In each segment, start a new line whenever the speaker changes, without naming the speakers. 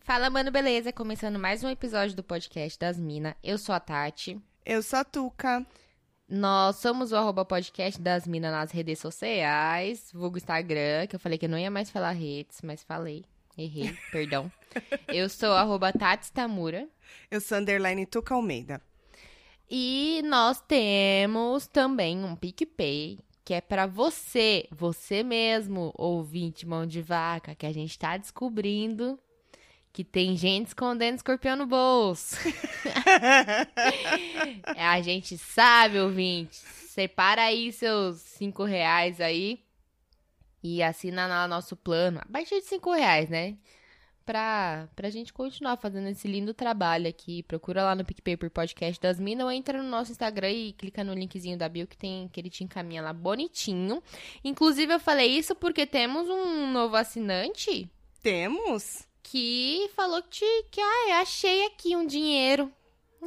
Fala, mano, beleza? Começando mais um episódio do podcast das Minas. Eu sou a Tati.
Eu sou a Tuca.
Nós somos o arroba podcast das Minas nas redes sociais, vulgo Instagram, que eu falei que eu não ia mais falar redes, mas falei. Errei, perdão. Eu sou arroba Tati Tamura.
Eu sou underline Tuca Almeida.
E nós temos também um PicPay, que é pra você, você mesmo, ouvinte mão de vaca, que a gente tá descobrindo que tem gente escondendo escorpião no bolso. É, a gente sabe, ouvinte. Separa aí seus cinco reais aí e assina lá nosso plano. Abaixo de cinco reais, né? Pra, pra gente continuar fazendo esse lindo trabalho aqui. Procura lá no PicPay por Podcast das Minas ou entra no nosso Instagram e clica no linkzinho da bio que tem que ele te encaminha lá bonitinho. Inclusive, eu falei isso porque temos um novo assinante
Temos.
que falou que, te- que ah, eu achei aqui um dinheiro.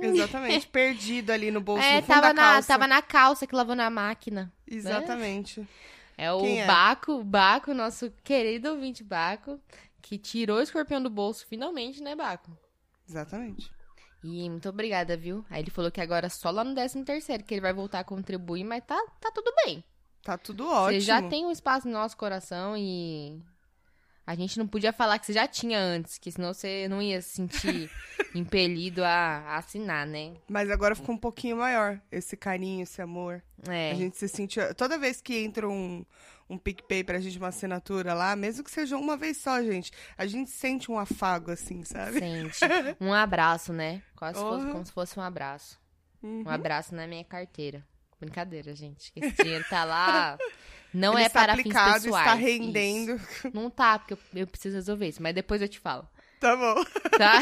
Exatamente. Perdido ali no bolso,
É,
no fundo
tava
da
na,
calça.
tava na calça que lavou na máquina.
Exatamente.
É o
Quem é?
Baco, o Baco, nosso querido ouvinte Baco, que tirou o escorpião do bolso finalmente, né, Baco?
Exatamente.
E muito obrigada, viu? Aí ele falou que agora só lá no 13 terceiro que ele vai voltar a contribuir, mas tá, tá tudo bem.
Tá tudo ótimo.
Você já tem um espaço no nosso coração e a gente não podia falar que você já tinha antes, que senão você não ia se sentir impelido a, a assinar, né?
Mas agora ficou um pouquinho maior esse carinho, esse amor.
É.
A gente se sentiu. Toda vez que entra um, um PicPay pra gente, uma assinatura lá, mesmo que seja uma vez só, gente, a gente sente um afago, assim, sabe?
Sente. Um abraço, né? Quase
Porra.
fosse- como se fosse um abraço.
Uhum.
Um abraço na minha carteira. Brincadeira, gente. que Esse dinheiro tá lá. Não
Ele
é
está
para
aplicado,
fins pessoais.
está rendendo.
Isso. Não tá, porque eu, eu preciso resolver isso. Mas depois eu te falo,
Tá bom.
tá?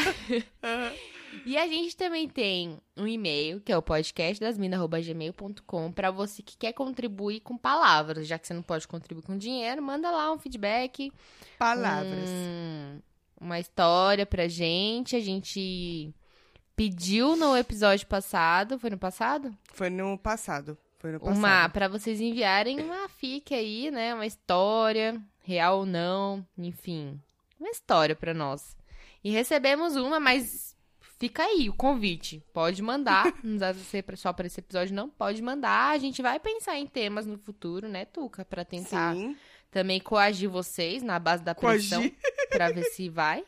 e a gente também tem um e-mail, que é o podcastdasmina.gmail.com, pra você que quer contribuir com palavras. Já que você não pode contribuir com dinheiro, manda lá um feedback.
Palavras.
um- uma história pra gente. A gente pediu no episódio passado, foi no passado?
Foi no passado. Foi no passado.
Uma pra vocês enviarem uma fique aí, né? Uma história, real ou não, enfim, uma história pra nós. E recebemos uma, mas fica aí o convite. Pode mandar, não precisa ser pra- só pra esse episódio não, pode mandar. A gente vai pensar em temas no futuro, né, Tuca, Pra tentar
Sim.
também coagir vocês na base da pressão
Coagir.
pra ver se vai.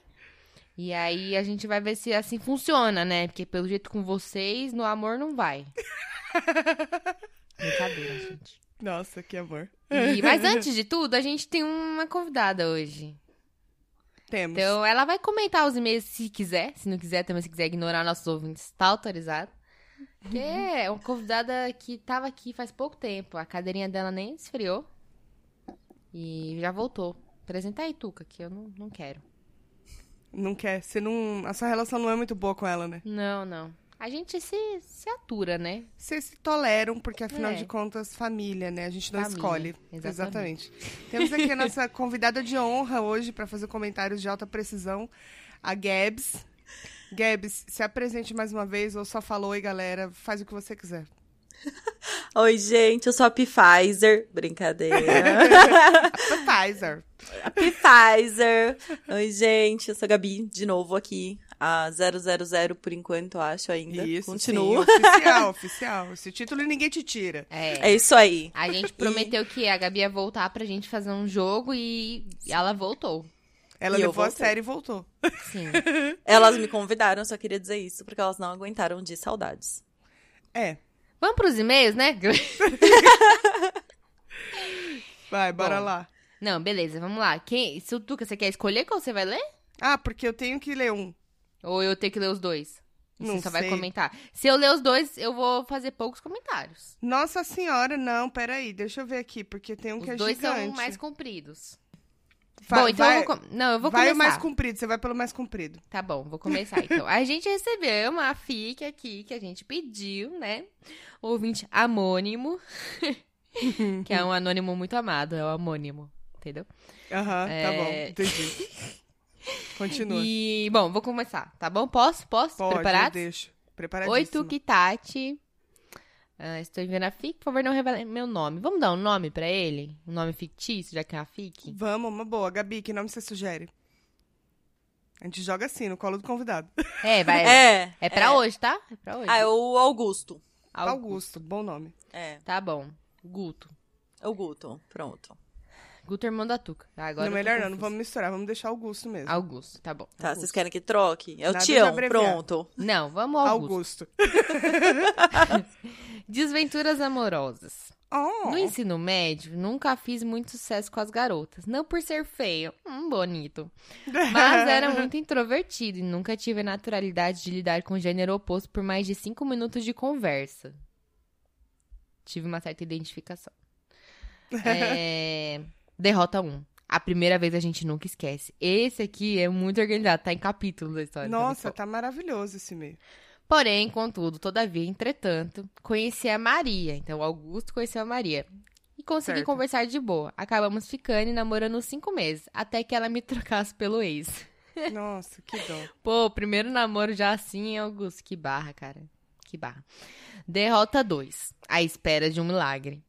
E aí a gente vai ver se assim funciona, né? Porque pelo jeito com vocês, no amor não vai. Brincadeira, gente.
Nossa, que amor.
E- mas antes de tudo, a gente tem uma convidada hoje.
Temos.
Então ela vai comentar os e-mails se quiser. Se não quiser, também se quiser ignorar nossos ouvintes, tá autorizado. Porque é uma convidada que tava aqui faz pouco tempo. A cadeirinha dela nem esfriou. E já voltou. Apresenta aí, Tuca, que eu não, não quero.
Não quer. Você não. A sua relação não é muito boa com ela, né?
Não, não. A gente se, se atura, né?
Vocês se toleram, porque afinal
É.
de contas, família, né? A gente não
Família,
escolhe. Exatamente. Temos aqui a nossa convidada de honra hoje para fazer comentários de alta precisão, a Gabs. Gabs, se apresente mais uma vez ou só falou oi, galera. Faz o que você quiser.
Oi, gente, eu sou a Pfizer. Brincadeira.
Pfizer.
a Pfizer. Oi, gente, eu sou a Gabi, de novo aqui. A 000 por enquanto, eu acho ainda.
Isso.
Continuo.
sim, oficial, oficial. Esse título ninguém te tira.
É.
É isso aí.
A gente prometeu que a Gabi ia voltar pra gente fazer um jogo e ela voltou.
Ela
E eu
levou a
voltei.
série e voltou.
Sim.
Elas me convidaram, eu só queria dizer isso, porque elas não aguentaram de saudades.
É.
Vamos pros e-mails, né?
Vai, bora
Bom.
lá.
Não, beleza, vamos lá. Quem, se o Tuca, você quer escolher qual você vai ler?
Ah, porque eu tenho que ler um.
Ou eu tenho que ler os dois? E
Não
você só vai
sei.
comentar. Se eu ler os dois, eu vou fazer poucos comentários.
Nossa senhora, não, peraí, deixa eu ver aqui, porque tem um que é
os dois
gigante.
são mais compridos.
Fa-
bom, então
vai,
eu vou. com- Não, eu vou
vai
começar.
o mais comprido, você vai pelo mais comprido.
Tá bom, vou começar então. A gente recebeu uma FIC aqui que a gente pediu, né? Ouvinte anônimo, que é um anônimo muito amado, é o anônimo, entendeu?
Aham, tá
É.
bom, entendi. Continua.
E, bom, vou começar, tá bom? Posso? Posso?
Pode, eu
Preparados?
deixo. Preparadíssima.
Oi, Tuque Tati. Ah, estou enviando a FIC, por favor, não revele meu nome. Vamos dar um nome pra ele? Um nome fictício, já que é uma FIC?
Vamos, uma boa. Gabi, que nome você sugere? A gente joga assim, no colo do convidado.
É, vai. É,
É.
pra hoje, tá? É pra hoje.
Ah, é o Augusto.
Au-
Augusto, bom nome.
É,
Tá bom. Guto.
é o Guto. Pronto.
Guto, é irmão da Tuca. Agora
não,
eu tô
melhor não, não
confusa.
vamos misturar, vamos deixar Augusto mesmo.
Augusto, tá bom.
Tá,
Augusto.
vocês querem que troque? É o
Nada de
Tião,
abreviar.
pronto.
Não, vamos ao Augusto.
Augusto.
Desventuras amorosas.
Oh,
No ensino médio, nunca fiz muito sucesso com as garotas. Não por ser feio, hum, bonito. Mas é- era muito introvertido e nunca tive a naturalidade de lidar com o gênero oposto por mais de cinco minutos de conversa. Tive uma certa identificação. É, Derrota 1. A primeira vez a gente nunca esquece. Esse aqui é muito organizado, tá em capítulos da história. tá muito
Nossa,
bom.
tá maravilhoso esse meio.
Porém, contudo, todavia, entretanto, conheci a Maria. Então, Augusto conheceu a Maria. E consegui
Certo.
conversar de boa. Acabamos ficando e namorando uns cinco meses, até que ela me trocasse pelo ex.
Nossa, que dó.
Pô, primeiro namoro já assim, hein, Augusto. Que barra, cara. Que barra. Derrota 2. A espera de um milagre.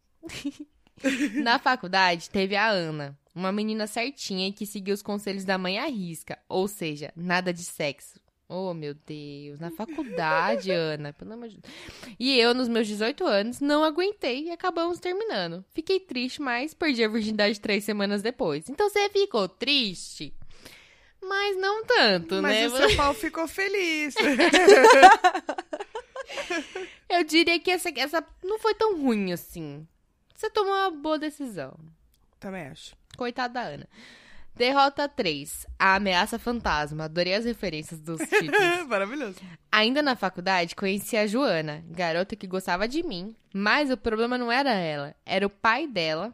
Na faculdade, teve a Ana, uma menina certinha que seguiu os conselhos da mãe à risca. Ou seja, nada de sexo. Oh, meu Deus. Na faculdade, Ana. Pelo amor de Deus. E eu, nos meus 18 anos, não aguentei e acabamos terminando. Fiquei triste, mas perdi a virgindade três semanas depois. Então você ficou triste? Mas não tanto,
Mas
né?
o seu pau ficou feliz.
Eu diria que essa, essa não foi tão ruim assim. Você tomou uma boa decisão.
Também acho.
Coitada da Ana. Derrota 3. A ameaça fantasma. Adorei as referências dos títulos.
É, Maravilhoso.
Ainda na faculdade, conheci a Joana, garota que gostava de mim. Mas o problema não era ela, era o pai dela,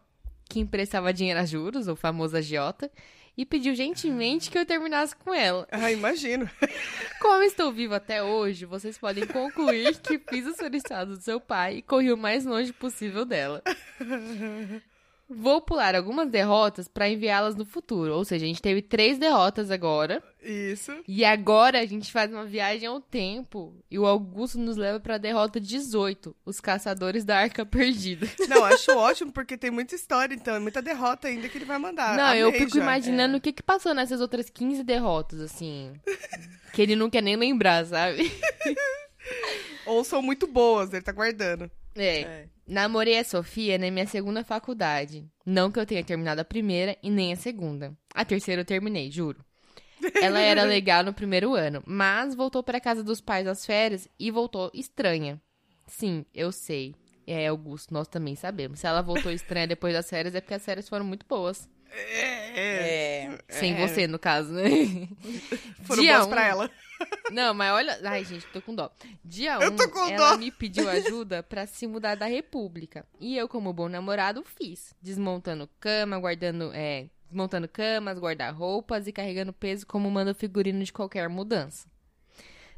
que emprestava dinheiro a juros, o famoso agiota, e pediu gentilmente que eu terminasse com ela.
Ah, imagino.
Como estou vivo até hoje, vocês podem concluir que fiz o solicitado do seu pai e corri o mais longe possível dela. Vou pular algumas derrotas para enviá-las no futuro. Ou seja, a gente teve três derrotas agora.
Isso.
E agora a gente faz uma viagem ao tempo. E o Augusto nos leva para a derrota 18. Os caçadores da Arca Perdida.
Não, acho ótimo, porque tem muita história, então. É muita derrota ainda que ele vai mandar.
Não, eu
Ah, Amei
fico
já. É.
imaginando o que, que passou nessas outras 15 derrotas, assim. que ele não quer nem lembrar, sabe?
É. Ou são muito boas, ele tá guardando.
É.
É.
Namorei a Sofia na minha segunda faculdade. Não que eu tenha terminado a primeira e nem a segunda. A terceira eu terminei, juro. Ela era legal no primeiro ano, mas voltou pra casa dos pais nas férias e voltou estranha. Sim, eu sei. É, Augusto, nós também sabemos. Se ela voltou estranha depois das férias, é porque as férias foram muito boas.
É, é.
É.
Sem
É.
você, no caso, né?
Foram
Dia
boas
um.
pra ela.
Não, mas olha. Ai, gente, tô com dó. Dia 1,
Eu tô com
ela
dó.
me pediu ajuda pra se mudar da República. E eu, como bom namorado, fiz. Desmontando cama, guardando. É, desmontando camas, guarda-roupas e carregando peso como manda o figurino de qualquer mudança.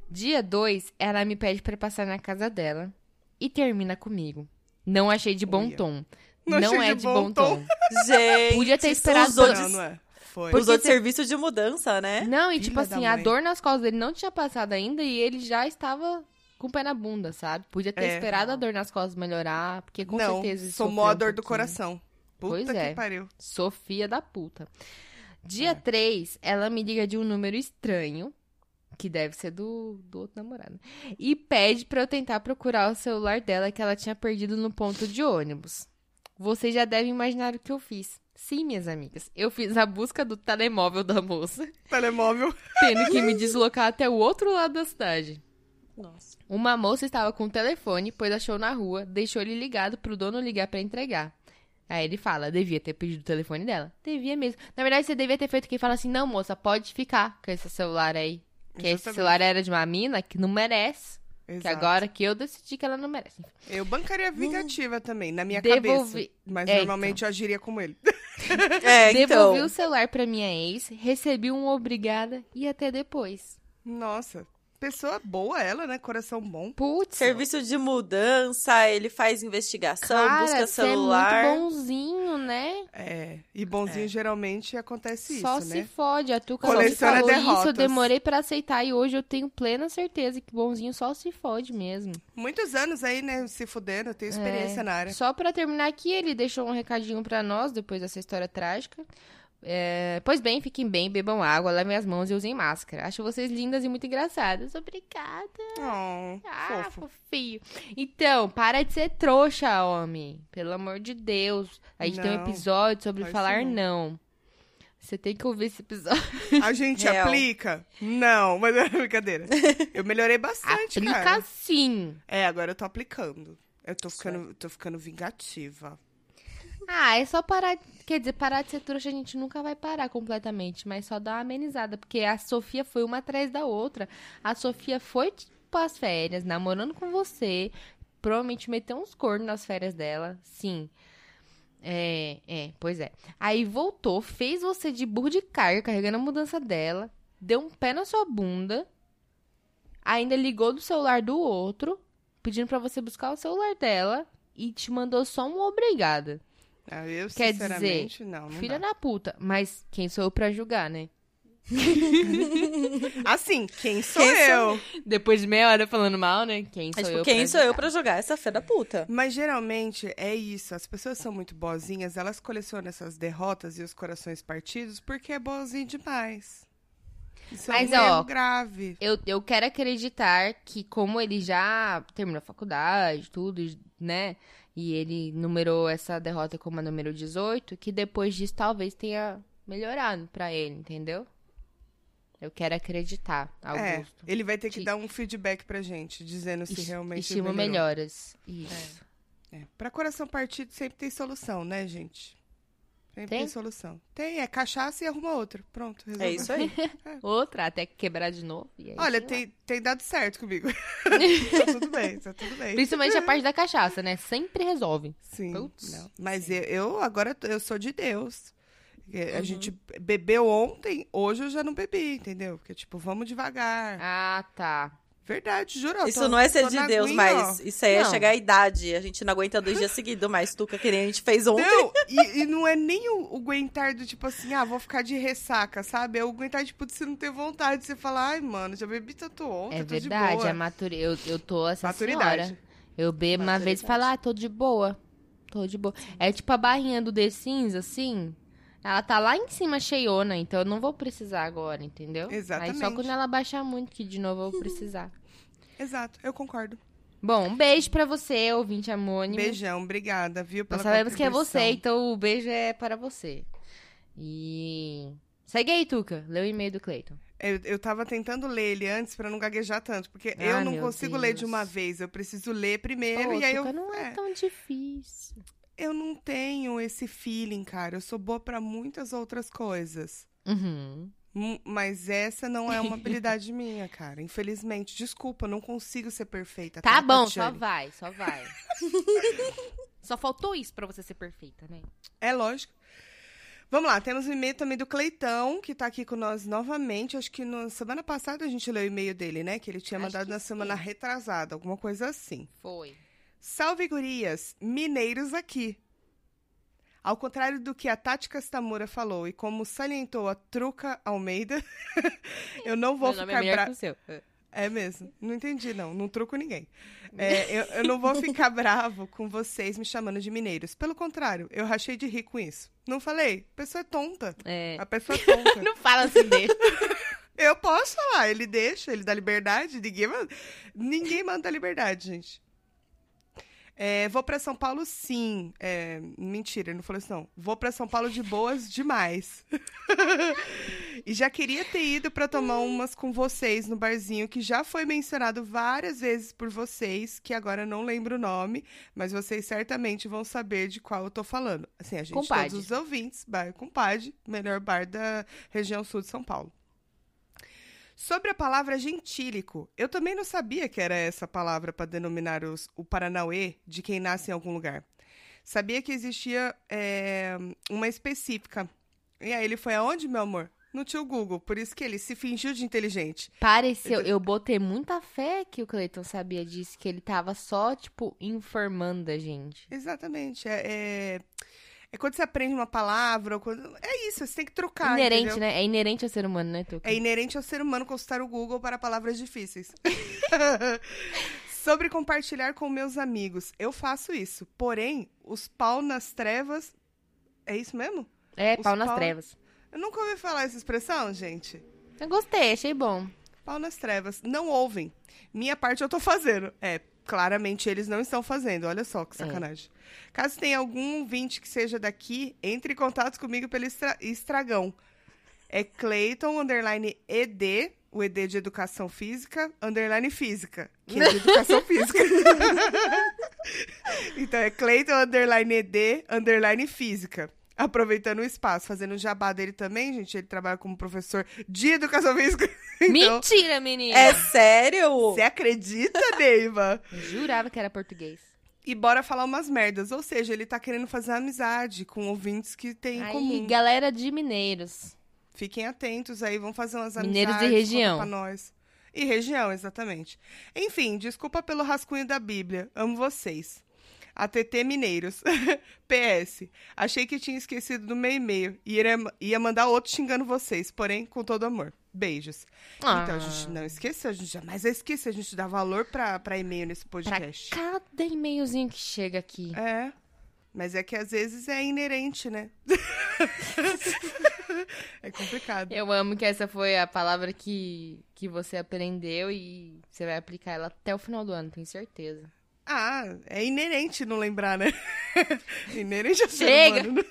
Dia 2, ela me pede pra passar na casa dela e termina comigo. Não achei de bom
Olha.
tom. Não,
Não achei
é de bom, tom.
Gente,
Podia ter
são
esperado
os
pelo-
outros,
Não, não é. Foi.
Por-
os outros
você-
serviços de mudança, né?
Não, e
Filha
tipo
da
assim, a
mãe.
dor nas costas dele não tinha passado ainda e ele já estava com o pé na bunda, sabe? Podia ter
É.
esperado a dor nas costas melhorar, porque com
não,
certeza. ele
somou
sofreu
a
um
dor do
pouquinho.
coração. Puta
Pois
que
é.
pariu.
Sofia da puta. Dia
É.
3, ela me liga de um número estranho, que deve ser do, do outro namorado, e pede pra eu tentar procurar o celular dela que ela tinha perdido no ponto de ônibus. Vocês já devem imaginar o que eu fiz. Sim, minhas amigas, eu fiz a busca do telemóvel da moça,
Telemóvel.
tendo que me deslocar até o outro lado da cidade.
Nossa.
Uma moça estava com o telefone, pois achou na rua, deixou ele ligado pro dono ligar pra entregar. Aí ele fala, devia ter pedido o telefone dela. Devia mesmo. Na verdade, você devia ter feito que fala assim, não, moça, pode ficar com esse celular aí. Que esse
Exatamente.
celular era de uma mina que não merece. Que
Exato.
agora que eu decidi que ela não merece. Enfim.
Eu bancaria vingativa também, na minha
Devolvi-
cabeça. Mas
É, então.
normalmente eu agiria como ele.
É, então.
Devolvi o celular pra minha ex, recebi um obrigada e até depois.
Nossa, pessoa boa ela, né? Coração bom.
Putz.
Serviço de mudança, ele faz investigação,
cara,
busca
você é
celular.
muito bonzinho, né?
É, e bonzinho geralmente acontece
Só
isso,
se
né?
fode, a Tuca
Coleciona
só me falou isso, eu
derrotas.
demorei pra aceitar e hoje eu tenho plena certeza que bonzinho só se fode mesmo.
Muitos anos aí, né? Se fudendo, eu
É.
tenho experiência na área.
Só pra terminar aqui, ele deixou um recadinho pra nós depois dessa história trágica. É, pois bem, fiquem bem, bebam água, lavem as mãos e usem máscara. Acho vocês lindas e muito engraçadas. Obrigada.
Oh,
Ah,
fofo.
fofinho. Então, para de ser trouxa, homem. Pelo amor de Deus. A gente tem um
Não,
episódio sobre
faz
falar
isso
não. Você tem que ouvir esse episódio.
A gente
Real.
aplica? Não, mas é brincadeira. Eu melhorei bastante,
Aplica
cara.
sim.
É, agora eu tô aplicando. Eu tô ficando, tô ficando vingativa.
Ah, é só parar. Quer dizer, parar de ser trouxa a gente nunca vai parar completamente, mas só dar uma amenizada. Porque a Sofia foi uma atrás da outra. A Sofia foi pras férias, namorando com você. Provavelmente meteu uns cornos nas férias dela. Sim. É, é, pois é. Aí voltou, fez você de burro de carga, carregando a mudança dela. Deu um pé na sua bunda. Ainda ligou do celular do outro, pedindo pra você buscar o celular dela. E te mandou só um obrigada.
Ah, Eu,
Quer dizer,
sinceramente, não. não
Filha
dá.
da puta. Mas quem sou eu pra julgar, né?
Assim, quem sou
Quem sou
eu?
Depois de meia hora falando mal, né? Quem sou
É tipo,
eu
quem
pra
sou eu
julgar?
pra jogar essa fé da puta?
Mas geralmente é isso. As pessoas são muito boazinhas, elas colecionam essas derrotas e os corações partidos porque é boazinha demais. Isso
Mas,
é um
ó,
erro grave.
Eu, eu quero acreditar que como ele já terminou a faculdade, tudo, né? E ele numerou essa derrota como a número 18, que depois disso talvez tenha melhorado pra ele, entendeu? Eu quero acreditar,
É,
Augusto.
ele vai ter que
Te-
dar um feedback pra gente, dizendo se
Est-
realmente.
Estima
melhorou.
melhoras. Isso.
É. Pra coração partido sempre tem solução, né, gente? Sempre tem,
Tem?
solução. Tem, é cachaça e arruma outra. Pronto, resolveu.
É isso aí.
Outra, até quebrar de novo. e aí, né?
Olha,
sei lá.
tem, tem dado certo comigo. tá tudo bem, tá tudo bem.
Principalmente a parte da cachaça, né? Sempre resolve.
Sim.
Putz.
não. Mas eu, eu agora tô- eu sou de Deus. É, A gente bebeu ontem, hoje eu já não bebi, entendeu? Porque, tipo, vamos devagar.
Ah, tá.
Verdade, juro. eu
Isso
tô-
não é
tô
ser de
na
Deus,
aguinha,
mas
ó.
isso aí é
Não.
chegar à idade. A gente não aguenta dois dias seguidos, mas Tuca, que nem a gente fez ontem.
Não, e, e não é nem o, o aguentar do tipo assim, ah, vou ficar de ressaca, sabe? É o aguentar, tipo, de você não ter vontade. Você falar, ai, mano, já bebi tanto ontem,
É
tô de
verdade,
boa.
a maturidade. Eu, eu tô essa
Maturidade.
senhora. Eu bebo uma vez e falo, ah, tô de boa. Tô de boa. É tipo a barrinha do The Sims, assim. Ela tá lá em cima cheiona, então eu não vou precisar agora, entendeu? Aí só
Exatamente.
quando ela baixar muito que de novo eu vou precisar.
Exato, eu concordo.
Bom, um beijo pra você, ouvinte amônimo.
Beijão, obrigada, viu?
Nós
Pela
sabemos que é você,
contribuição.
então o beijo é para você. E... Segue aí, Tuca. Lê o e-mail do Cleiton.
Eu, eu tava tentando ler ele antes pra não gaguejar tanto, porque
Ah,
eu não
meu
consigo ler de
Deus.
uma vez. Eu preciso ler primeiro
Pô,
e aí eu.
Tuca, não é
é,
tão difícil.
eu não tenho esse feeling, cara. Eu sou boa pra muitas outras coisas.
Uhum.
Mu- Mas essa não é uma habilidade minha, cara. Infelizmente. Desculpa, eu não consigo ser perfeita.
Tá
tá,
bom, só
Tatiane?
vai, só vai. só faltou isso pra você ser perfeita, né?
É lógico. Vamos lá, temos o e-mail também do Cleitão, que tá aqui com nós novamente. Acho que na semana passada a gente leu o e-mail dele, né? Que ele tinha
Acho
mandado
que
na semana
sim.
retrasada, alguma coisa assim.
Foi.
Salve gurias, mineiros aqui. Ao contrário do que a Tati Castamura falou e como salientou a Truca Almeida, eu não vou
Meu nome é
ficar
melhor que
brava.
o seu.
É mesmo, não entendi não, não truco ninguém. É, eu, eu não vou ficar bravo com vocês me chamando de mineiros. Pelo contrário, eu rachei de rir com isso. Não falei? A pessoa é tonta.
É.
A pessoa é tonta.
Não fala assim dele.
Eu posso falar, ele deixa, ele dá liberdade, ninguém manda, ninguém manda liberdade, gente. É, vou pra São Paulo, sim. É, mentira, ele não falou isso, não. Vou pra São Paulo de boas demais. e já queria ter ido pra tomar umas com vocês no barzinho, que já foi mencionado várias vezes por vocês, que agora eu não lembro o nome, mas vocês certamente vão saber de qual eu tô falando. Assim, a gente,
Compadre.
todos os ouvintes, bar Compadre, melhor bar da região sul de São Paulo. Sobre a palavra gentílico, eu também não sabia que era essa palavra para denominar os- o Paranauê de quem nasce em algum lugar. Sabia que existia é, uma específica. E aí ele foi aonde, meu amor? No tio Google, por isso que ele se fingiu de inteligente.
Pareceu, eu botei muita fé que o Cleiton sabia disso, que ele tava só, tipo, informando a gente.
Exatamente. É, é- é quando você aprende uma palavra, ou quando- é isso, você tem que trocar.
inerente,
entendeu?
né? É inerente ao ser humano, né, Tuca?
É inerente ao ser humano consultar o Google para palavras difíceis. Sobre compartilhar com meus amigos. Eu faço isso. Porém, os pau nas trevas. É isso mesmo?
É,
Os
pau nas
pau-
trevas.
Eu nunca ouvi falar essa expressão, gente.
Eu gostei, achei bom.
Pau nas trevas. Não ouvem. Minha parte eu tô fazendo. É, claramente eles não estão fazendo. Olha só que sacanagem. Caso tenha algum ouvinte que seja daqui, entre em contato comigo pelo estra- estragão. É Clayton, underline ED, o ED de Educação Física, underline Física, que é de Educação Física. então é Clayton, underline ED, underline Física. Aproveitando o espaço, fazendo o jabá dele também, gente. Ele trabalha como professor de Educação Física. Então,
Mentira, menina!
É sério?
você acredita, Neiva?
Eu Jurava que era português.
e bora falar umas merdas. Ou seja, ele tá querendo fazer amizade com ouvintes que tem em
Aí,
comum.
galera de mineiros.
Fiquem atentos aí, vão fazer umas
Mineiros e
amizades.
região.
conta Pra nós. E região, exatamente. Enfim, desculpa pelo rascunho da Bíblia. Amo vocês. ATT Mineiros. PS. Achei que tinha esquecido do meu e-mail. E ia, ia mandar outro xingando vocês, porém, com todo amor. Beijos.
Ah,
Então, a gente não esqueceu, a gente jamais vai esquecer. A gente dá valor pra, pra e-mail nesse podcast.
Cada e-mailzinho que chega aqui.
É. Mas é que às vezes é inerente, né? é complicado.
Eu amo que essa foi a palavra que, que você aprendeu e você vai aplicar ela até o final do ano, tenho certeza.
Ah, é inerente não lembrar, né? inerente ao ser
Chega!
humano.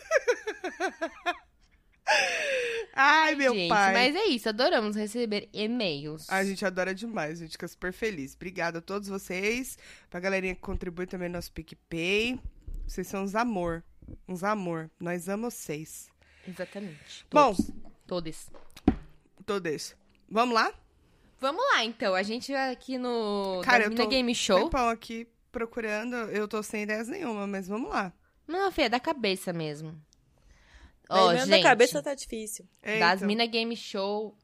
Ai, meu
Gente,
pai.
mas é isso, adoramos receber e-mails.
A gente adora demais, a gente fica super feliz. Obrigada a todos vocês, pra galerinha que contribui também no nosso PicPay. Vocês são uns amor, uns amor. Nós amamos vocês.
Exatamente.
Bom.
Todos. Todos.
Todos. Vamos lá?
Vamos lá, então. A gente vai aqui no
Cara,
das
eu
Mina
tô
Game Show.
Tempão aqui procurando, eu tô sem ideias nenhuma, mas vamos lá.
Não, Fê, é da cabeça mesmo. Ó,
Lembrando da
gente,
cabeça tá difícil.
É,
das
então.
Mina Game Show,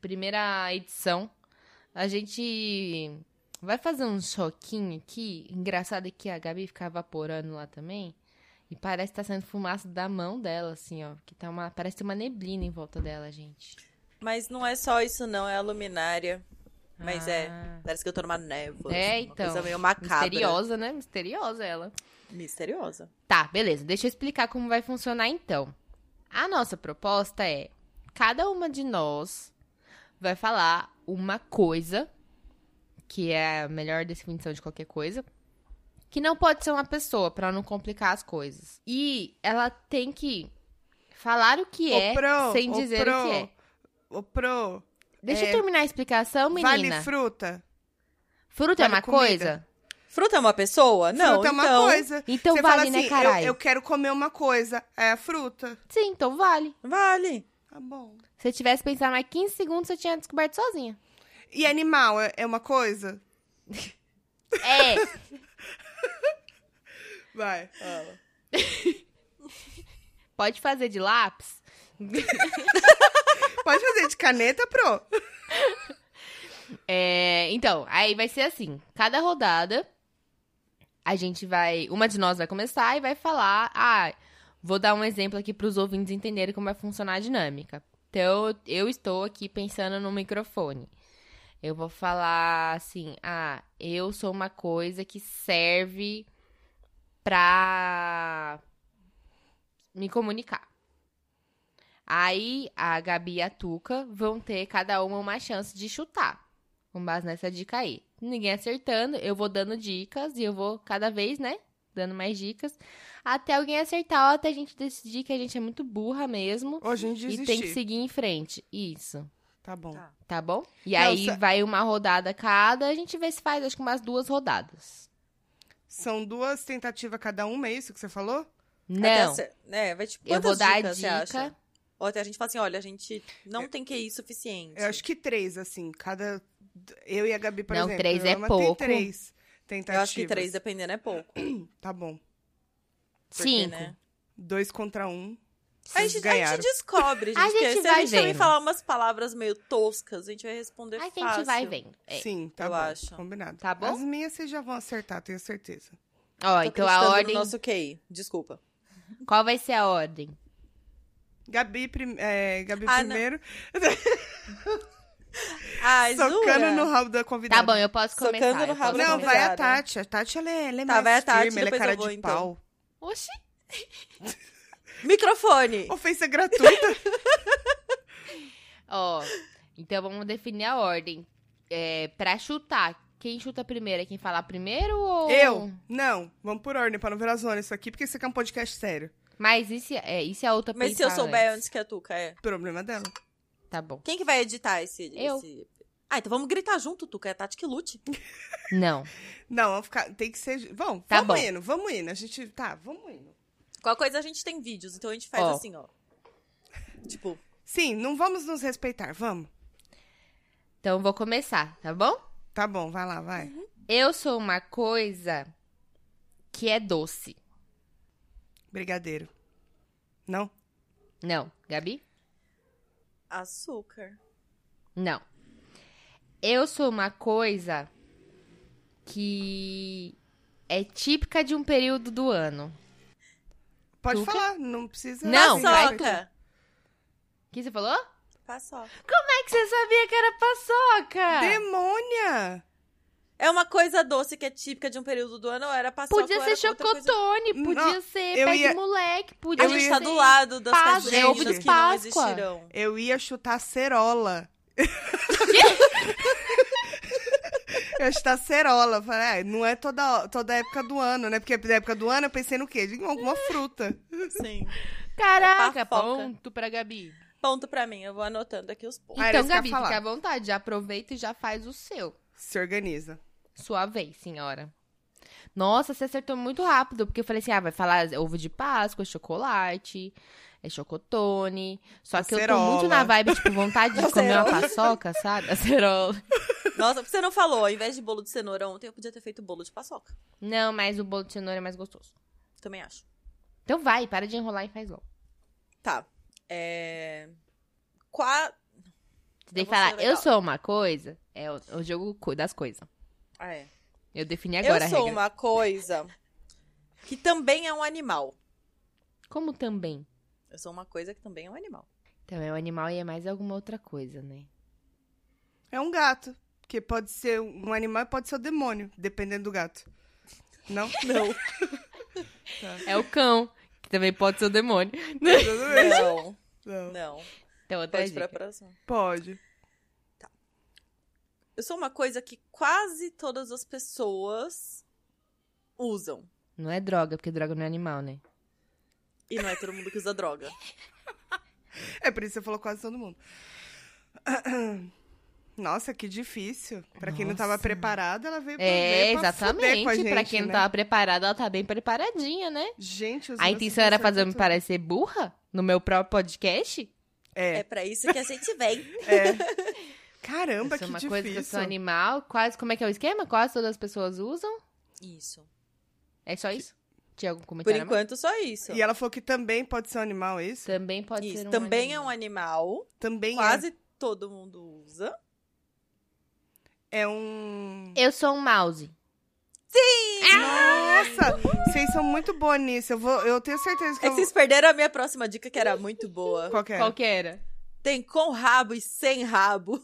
primeira edição, a gente vai fazer um choquinho aqui. Engraçado é que a Gabi fica evaporando lá também. E parece que tá saindo fumaça da mão dela, assim, ó. Que tá uma, parece ter uma neblina em volta dela, gente.
Mas não é só isso, não. É a luminária. Mas é.
Ah,
Parece que eu tô numa névoa.
É,
assim, Uma
então.
coisa meio macabra.
Misteriosa, né? Misteriosa ela.
Misteriosa.
Tá, beleza. Deixa eu explicar como vai funcionar então. A nossa proposta é: cada uma de nós vai falar uma coisa, que é a melhor definição de qualquer coisa, que não pode ser uma pessoa, pra não complicar as coisas. E ela tem que falar o que
Ô,
é
Pro,
sem
ô,
dizer o
Pro,
que é.
Ô, Pro,
Deixa
é,
eu terminar a explicação, menina.
vale fruta?
Fruta é
vale
uma
comida?
coisa?
Fruta é uma pessoa? Não,
fruta é uma
então.
coisa.
Então
Você
vale,
fala assim,
né,
eu-
caralho?
eu, quero comer uma coisa, é a fruta.
Sim, então vale.
Vale.
Tá bom.
Se eu tivesse pensado mais 15 segundos, você tinha descoberto sozinha.
E animal é, é uma coisa?
É,
Vai.
Pode fazer de lápis?
Pode fazer de caneta, Pro?
É, então, aí vai ser assim: cada rodada, a gente vai. Uma de nós vai começar e vai falar. Ah, vou dar um exemplo aqui pros ouvintes entenderem como vai funcionar a dinâmica. Então, eu estou aqui pensando no microfone. Eu vou falar assim: ah, eu sou uma coisa que serve pra me comunicar. Aí a Gabi e a Tuca vão ter cada uma uma chance de chutar. Com base nessa dica aí. Ninguém acertando, eu vou dando dicas e eu vou cada vez, né? Dando mais dicas. Até alguém acertar ou até a gente decidir que a gente é muito burra mesmo.
Hoje em
E
desistir.
tem que seguir em frente. Isso.
Tá bom.
Tá.
Tá bom? E
Não,
aí
sa-
vai uma rodada cada, a gente vê se faz, acho que umas duas rodadas.
São duas tentativas cada uma, é isso que você falou?
Até
Não,
acer- né, vai tipo,
eu vou
quantas
dar
dicas você
a
acha?
dica.
Ou até a gente fala assim, olha, a gente não tem QI suficiente.
Eu acho que três, assim, cada... Eu e a Gabi, por
Não,
exemplo.
três
eu
é
amo ter
pouco.
três tentativas.
Eu acho que três, dependendo, é pouco.
Tá bom.
Porque,
Cinco.
né?
Dois contra um.
A
Vocês
gente, a
ganharam.
gente descobre, gente.
A
porque
gente
se a
vai
gente também
vendo.
falar umas palavras meio toscas, a gente vai responder
A gente
fácil.
vai vendo. É.
Sim, tá
eu
bom.
acho.
Combinado.
Tá bom?
As minhas vocês já vão acertar, tenho certeza.
Ó,
Tô
então a
acreditando
ordem.
No nosso QI, desculpa.
Qual vai ser a ordem?
Gabi, prim- é, Gabi
Ah, não.
primeiro,
Ai,
socando
Zura.
no rabo da
Tá
convidada.
bom, eu posso
Socando
começar.
no
eu posso
rabo
Não,
da
começar.
vai a
convidada.
Tati. A Tati, ela é, ela é
Tá,
mais
vai a Tati,
firme, ela é
depois
cara
eu vou,
de
então.
pau.
Oxi.
Microfone.
Ofensa gratuita.
Ó, então vamos definir a ordem. É, pra chutar, quem chuta primeiro? É quem falar primeiro ou...
Eu? Não. Vamos por ordem, pra não virar zona isso aqui, porque isso aqui é um podcast sério.
Mas isso é, isso é a outra
Mas se eu
pensar
souber
antes.
antes que a Tuca, é.
Problema dela.
Tá bom.
Quem que vai editar esse...
Eu.
esse- Ah, então vamos gritar junto, Tuca. É a Tati que lute.
Não.
Não, vamos ficar- tem que ser. Vamos,
Tá
vamos
bom.
indo, vamos indo. A gente. Tá, vamos indo.
Qualquer coisa a gente tem vídeos, então a gente faz
Ó.
assim, ó. Tipo,
Sim, não vamos nos respeitar, vamos.
Então vou começar, tá bom?
Tá bom, vai lá, vai.
Uhum.
Eu sou uma coisa que é doce.
Brigadeiro. Não?
Não. Gabi?
açúcar.
Não. Eu sou uma coisa que é típica de um período do ano.
Pode
Tuca?
falar, não precisa.
Não, vai-
Paçoca.
O que você falou? Como
Paçoca.
é que você sabia que era paçoca?
Demônia!
É uma coisa doce que é típica de um período do ano, ou era paçoca
Podia
ou
ser
era outra coisa...
chocotone,
Não,
podia ser
eu
pé
ia-
de moleque, podia
A
ser...
gente tá do lado das
Páscoa,
coisas
é ovo de
juninas que não
Páscoa.
existirão.
Eu ia chutar cerola. eu ia chutar cerola. Eu Falei, ah, não é toda, toda época do ano, né? Porque da época do ano eu pensei no quê? Em alguma fruta.
Sim.
Caraca,
É paçoca.
ponto pra Gabi.
Ponto pra mim, eu vou anotando aqui os pontos.
Ah, era
Então,
isso que eu ia
Gabi,
falar.
fica à vontade, já aproveita e já faz o seu.
Se organiza.
Sua vez, senhora. Nossa, você acertou muito rápido, porque eu falei assim: ah, vai falar ovo de Páscoa, chocolate, é chocotone. Só que eu
Acerola.
tô muito na vibe, tipo, vontade de comer uma paçoca, sabe? Acerola.
Nossa, você não falou, ao invés de bolo de cenoura ontem, eu podia ter feito bolo de paçoca.
Não, mas o bolo de cenoura é mais gostoso.
Também acho.
Então vai, para de enrolar e faz logo.
Tá. É. Qua...
Você tem que
vou ser
falar,
legal.
eu sou uma coisa, é o, o jogo co- das coisas.
Ah, é.
Eu defini agora
eu sou
a regra.
uma coisa que também é um animal.
Como também?
Eu sou uma coisa que também é um animal.
Então é um animal e é mais alguma outra coisa, né?
É um gato. Porque pode ser um animal e pode ser o demônio, dependendo do gato. Não?
Não.
É o cão, que também pode ser o demônio.
Não.
Não.
Não.
Então, outra
Pode ir pra
dica.
próxima.
Pode.
Eu sou uma coisa que quase todas as pessoas usam.
Não é droga, porque droga não é animal, né?
E não é todo mundo que usa droga.
É por isso que você falou quase todo mundo. Nossa, que difícil. Pra quem não tava
Nossa.
preparada, ela veio pra,
É,
veio pra fuder
exatamente.
com a gente,
pra quem não
né? é,
tava preparada, ela tá bem preparadinha, né?
Gente, os
A
meus
intenção era fazer um eu me
professores-
parecer burra no meu próprio podcast?
É,
É,
pra isso que a gente vem.
é. Caramba,
eu sou
que
é uma
difícil.
coisa que eu sou animal. Quase, como é que é o esquema? Quase todas as pessoas usam.
Isso.
É só isso? Tinha algum
Por
comentário? a mais?
enquanto, só isso.
E ela falou que também pode ser um animal, é isso?
Também pode
Isso.
ser um
também
animal.
é um animal.
Também
Quase todo mundo usa.
é, é um.
Eu sou um mouse.
Nossa! Vocês são muito boas nisso. Eu, vou, eu tenho certeza que
É que
eu.
vocês perderam a minha próxima dica, que era muito boa.
Qual que é? era?
Qual que era?
Tem com rabo e sem rabo.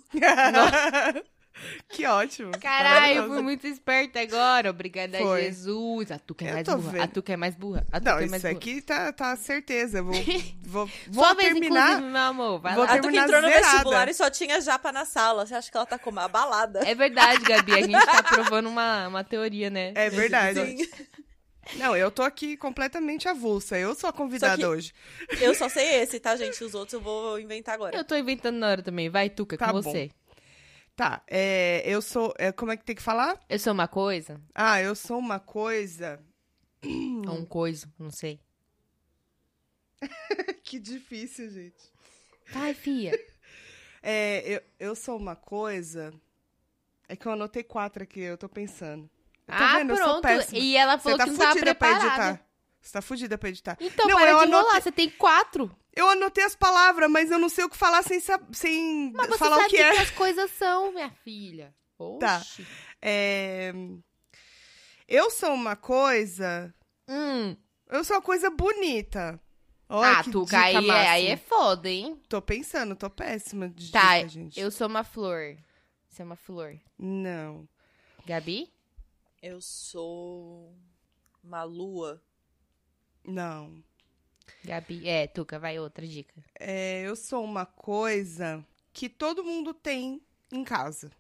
que ótimo.
Caralho, eu
Maravilhoso.
fui muito esperta agora. Obrigada,
Foi.
Jesus. A Tuca é
Eu
mais
tô
burra. A
vendo.
Tuca é mais burra. A Tuca
Não,
é mais
isso
burra.
aqui tá, tá certeza. Eu Vou, vou, vou
Sua vez,
terminar.
inclusive, meu amor. Vai
Vou
lá.
A Tuca
terminar
entrou no
zerada.
vestibular e só tinha japa na sala. Você acha que ela tá com uma balada?
um
É verdade, Gabi. A gente tá provando uma, uma teoria, né?
É verdade.
Sim.
Não, eu tô aqui completamente avulsa. Eu sou a convidada
Só que-
hoje.
Eu só sei esse, tá, gente? Os outros eu vou inventar agora.
Eu tô inventando na hora também. Vai, Tuca,
Tá
com
bom.
você.
Tá, é, eu sou. é, como é que tem que falar?
Eu sou uma coisa?
Ah, eu sou uma coisa.
Ou um coiso? Não sei.
que difícil, gente.
Vai, fia.
É, eu, eu sou uma coisa. É que eu anotei quatro aqui, eu tô pensando. Eu tô
ah,
Tá vendo, eu sou
pronto.
péssima.
E ela
Você
falou
tá
que não tava
fudida pra
preparada.
editar. Você tá fudida pra editar.
Então,
Não,
para
eu
de enrolar.
anotei-
Você tem quatro.
Eu anotei as palavras, mas eu não sei o que falar sem, sab- sem
Mas Ah, você
falar
sabe
o que é. Tá.
as coisas são, minha filha. Oxi.
É, Eu sou uma coisa.
Hum.
Eu sou uma coisa bonita. Olha
Ah,
que
Tuca,
dica
aí é,
máxima.
aí é foda, hein?
Tô pensando, tô péssima de
Tá,
dica, gente.
Eu sou uma flor. Você é uma flor.
Não.
Gabi?
Eu sou uma lua.
Não.
Gabi, é, Tuca, vai outra dica.
É, eu sou uma coisa que todo mundo tem em casa.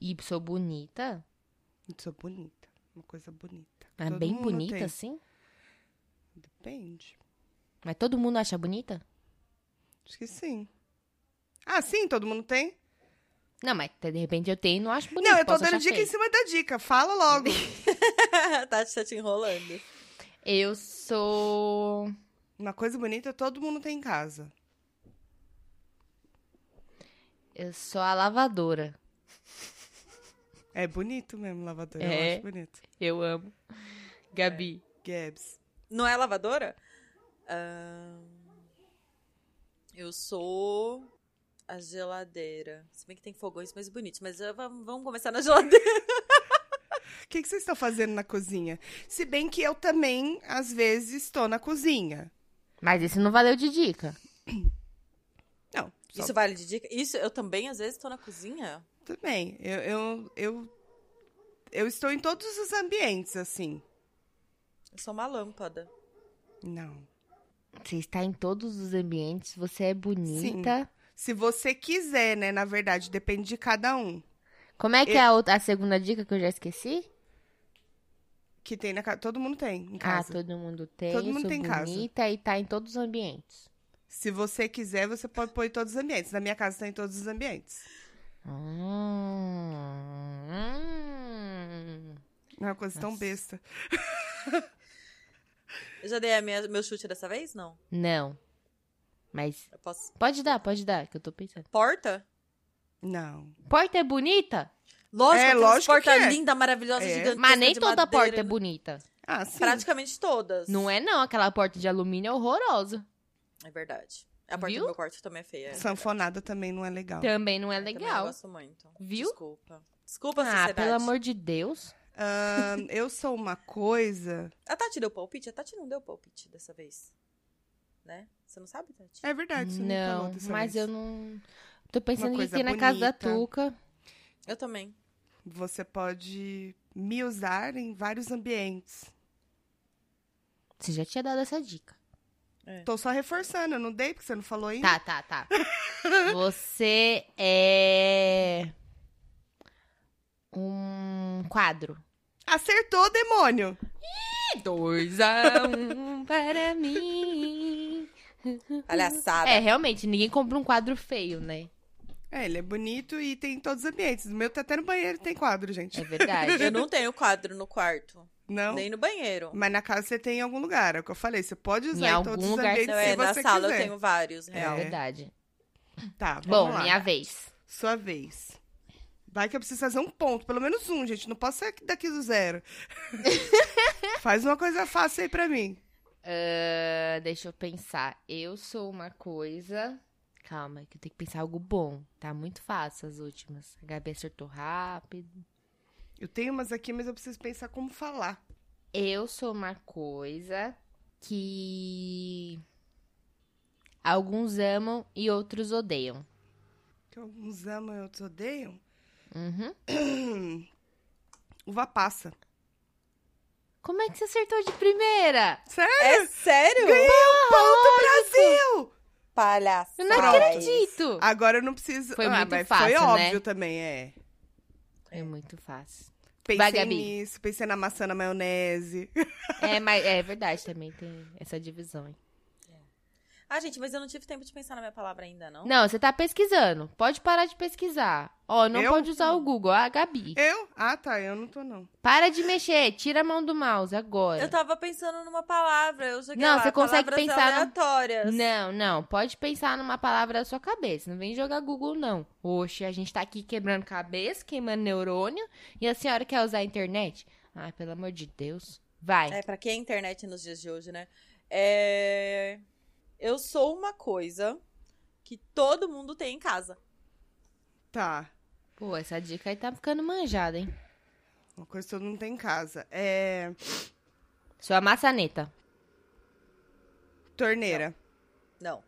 E sou bonita?
Eu sou bonita. Uma coisa bonita.
Mas
Todo
bem
mundo
bonita,
tem.
assim?
Depende.
Mas todo mundo acha bonita?
Acho que sim. Ah, sim, todo mundo tem?
Não, mas de repente eu tenho e não acho bonita.
não, eu tô
posso
dando
achar
dica
feio.
em cima da dica. Fala logo.
A Tati tá te enrolando.
Eu sou.
Uma coisa bonita todo mundo tem em casa.
Eu sou a lavadora.
É bonito mesmo, lavadora.
É.
Eu acho bonito.
Eu amo. Gabi.
Gabs.
Não é lavadora? Ah, eu sou a geladeira. Se bem que tem fogões mais bonitos, mas eu- vamos vamos começar na geladeira.
O que, que vocês estão fazendo na cozinha? Se bem que eu também, às vezes, estou na cozinha.
Mas isso não valeu de dica.
Não, só
Isso vale de dica? Isso, eu também às vezes tô na cozinha.
também. Eu, eu, eu, eu estou em todos os ambientes, assim.
Eu sou uma lâmpada.
Não.
Você está em todos os ambientes, você é bonita.
Se você quiser, né? Na verdade, depende de cada um.
Como é que é a, outra- a segunda dica que eu já esqueci?
Que tem na casa. Todo mundo tem em
Ah,
casa.
todo mundo tem.
Todo
eu
mundo
sou
tem casa.
bonita e tá em todos os ambientes.
Se você quiser, você pode pôr em todos os ambientes. Na minha casa está em todos os ambientes.
Hum.
Não é uma coisa tão
Nossa.
besta.
Eu já dei a minha- meu chute dessa vez? Não.
Não. Mas
Eu posso.
pode dar, pode dar, que eu tô pensando.
Porta?
Não.
Porta é bonita?
Lógico,
É,
aquelas
lógico
porta
que é.
linda, maravilhosa,
É.
gigantesca.
Mas nem
de
toda
madeira. né?
porta é bonita.
Ah, sim.
Praticamente todas.
Não é não, aquela porta de alumínio é horrorosa.
É verdade. A porta
Viu?
do meu quarto também é feia. é
Sanfonada também não é legal.
Também não é
verdade. Eu também
legal.
não gosto muito.
Viu?
Desculpa. Desculpa,
Ah,
sociedade.
pelo amor de Deus.
Ahn, eu sou uma coisa.
A Tati deu palpite? A Tati não deu palpite dessa vez. Né? Você não sabe, Tati?
É verdade, você não falou
não,
dessa
mas
vez.
eu não. Tô pensando que
coisa
tem na casa da
bonita.
Tuca.
Eu também.
Você pode me usar em vários ambientes.
Você já tinha dado essa dica.
Tô só reforçando, eu não dei porque você não falou ainda.
Tá, tá, tá. Você é. Um quadro.
Acertou, demônio!
Dois a um para mim.
Palhaçada.
É, realmente, ninguém compra um quadro feio, né?
É, ele é bonito e tem em todos os ambientes. O meu tá até no banheiro, tem quadro, gente.
É verdade.
Eu não tenho quadro no quarto.
Não?
Nem no banheiro.
Mas na casa você tem em algum lugar, é o que eu falei. Você pode usar em,
algum
todos os
lugar
ambientes
Não,
você-
se
é, na
você
sala
quiser.
eu tenho vários, né?
É
real.
verdade.
Tá, vamos
Bom,
lá.
minha vez.
Sua vez. Vai que eu preciso fazer um ponto, pelo menos um, gente. Não posso sair daqui do zero. Faz uma coisa fácil aí pra mim.
Ah, deixa eu pensar. Eu sou uma coisa. Calma, que eu tenho que pensar algo bom. Tá muito fácil as últimas. A Gabi acertou rápido.
Eu tenho umas aqui, mas eu preciso pensar como falar.
Eu sou uma coisa que alguns amam e outros odeiam.
Que alguns amam e outros odeiam.
Uhum.
Uva passa.
Como é que você acertou de primeira?
É sério?
Ah,
Brasil!
Palhaçada.
Eu não
Pronto.
acredito!
Agora eu não preciso.
Foi
ah,
muito
mas Foi
fácil,
óbvio
né?
também, é.
É muito fácil.
Pensei
Vai, Gabi.
nisso, pensei na maçã na maionese.
É, mas é verdade, também tem essa divisão. hein?
Ah, gente, mas eu não tive tempo de pensar na minha palavra ainda, não.
Não, você tá pesquisando. Pode parar de pesquisar. Ó, não
Eu?
pode usar o Google. Ah, Gabi.
Eu? Ah, tá, eu não tô, não.
Para de mexer. Tira a mão do mouse agora.
Eu tava pensando numa palavra. Eu joguei
Não,
lá,
você consegue
palavras
pensar no-
aleatórias.
Não, não. Pode pensar numa palavra da sua cabeça. Não vem jogar Google, não. Oxe, a gente tá aqui quebrando cabeça, queimando neurônio. E a senhora quer usar a internet? Ai, pelo amor de Deus. Vai.
É, pra quem é internet nos dias de hoje, né? É... Eu sou uma coisa que todo mundo tem em casa.
Tá.
Pô, essa dica aí tá ficando manjada, hein?
Uma coisa que todo mundo tem em casa. É.
Sua maçaneta.
Torneira.
Não.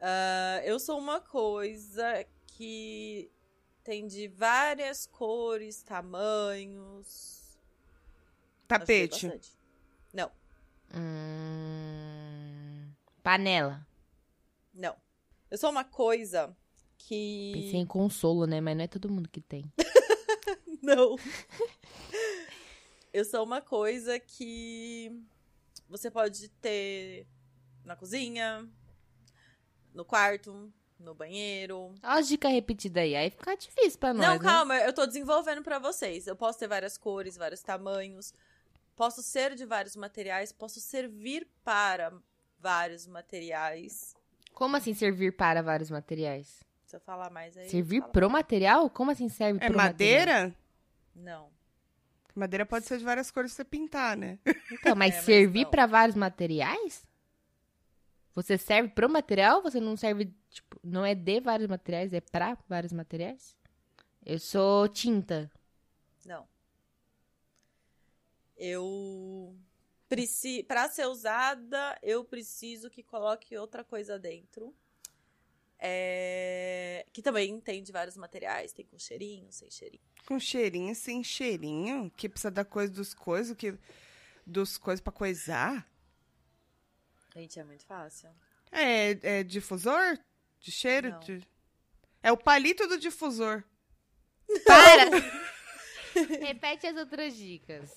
Ah, eu sou uma coisa que tem de várias cores, tamanhos. Ajudei
Tapete.
bastante. Não.
Hum, panela.
Não. Eu sou uma coisa que.
Pensei em consolo, né? Mas não é todo mundo que tem.
Não. Eu sou uma coisa que você pode ter na cozinha, no quarto, no banheiro.
Olha as dicas repetidas aí. Aí fica difícil pra nós.
Não,
né?
calma, eu tô desenvolvendo pra vocês. Eu posso ter várias cores, vários tamanhos. Posso ser de vários materiais, posso servir para vários materiais.
Como assim servir para vários materiais?
Se eu falar mais aí. eu
Servir
falo.
pro material? Como assim serve
É
pro material?
madeira?
Não.
Madeira pode ser de várias cores pra você pintar, né?
Então, mas
É, mas
servir
não.
pra vários materiais? Você serve pro material? Você não serve, tipo, não é de vários materiais, é pra vários materiais? Eu sou tinta.
Não. Eu. Preci... Pra ser usada, eu preciso que coloque outra coisa dentro. É, Que também tem de vários materiais. Tem com cheirinho, sem cheirinho.
Com cheirinho, sem cheirinho. Que precisa da coisa dos coisas, que... Dos coisas pra coisar.
Gente, é muito fácil.
É, é difusor? De cheiro?
Não.
De... É o palito do difusor.
Para! Repete as outras dicas.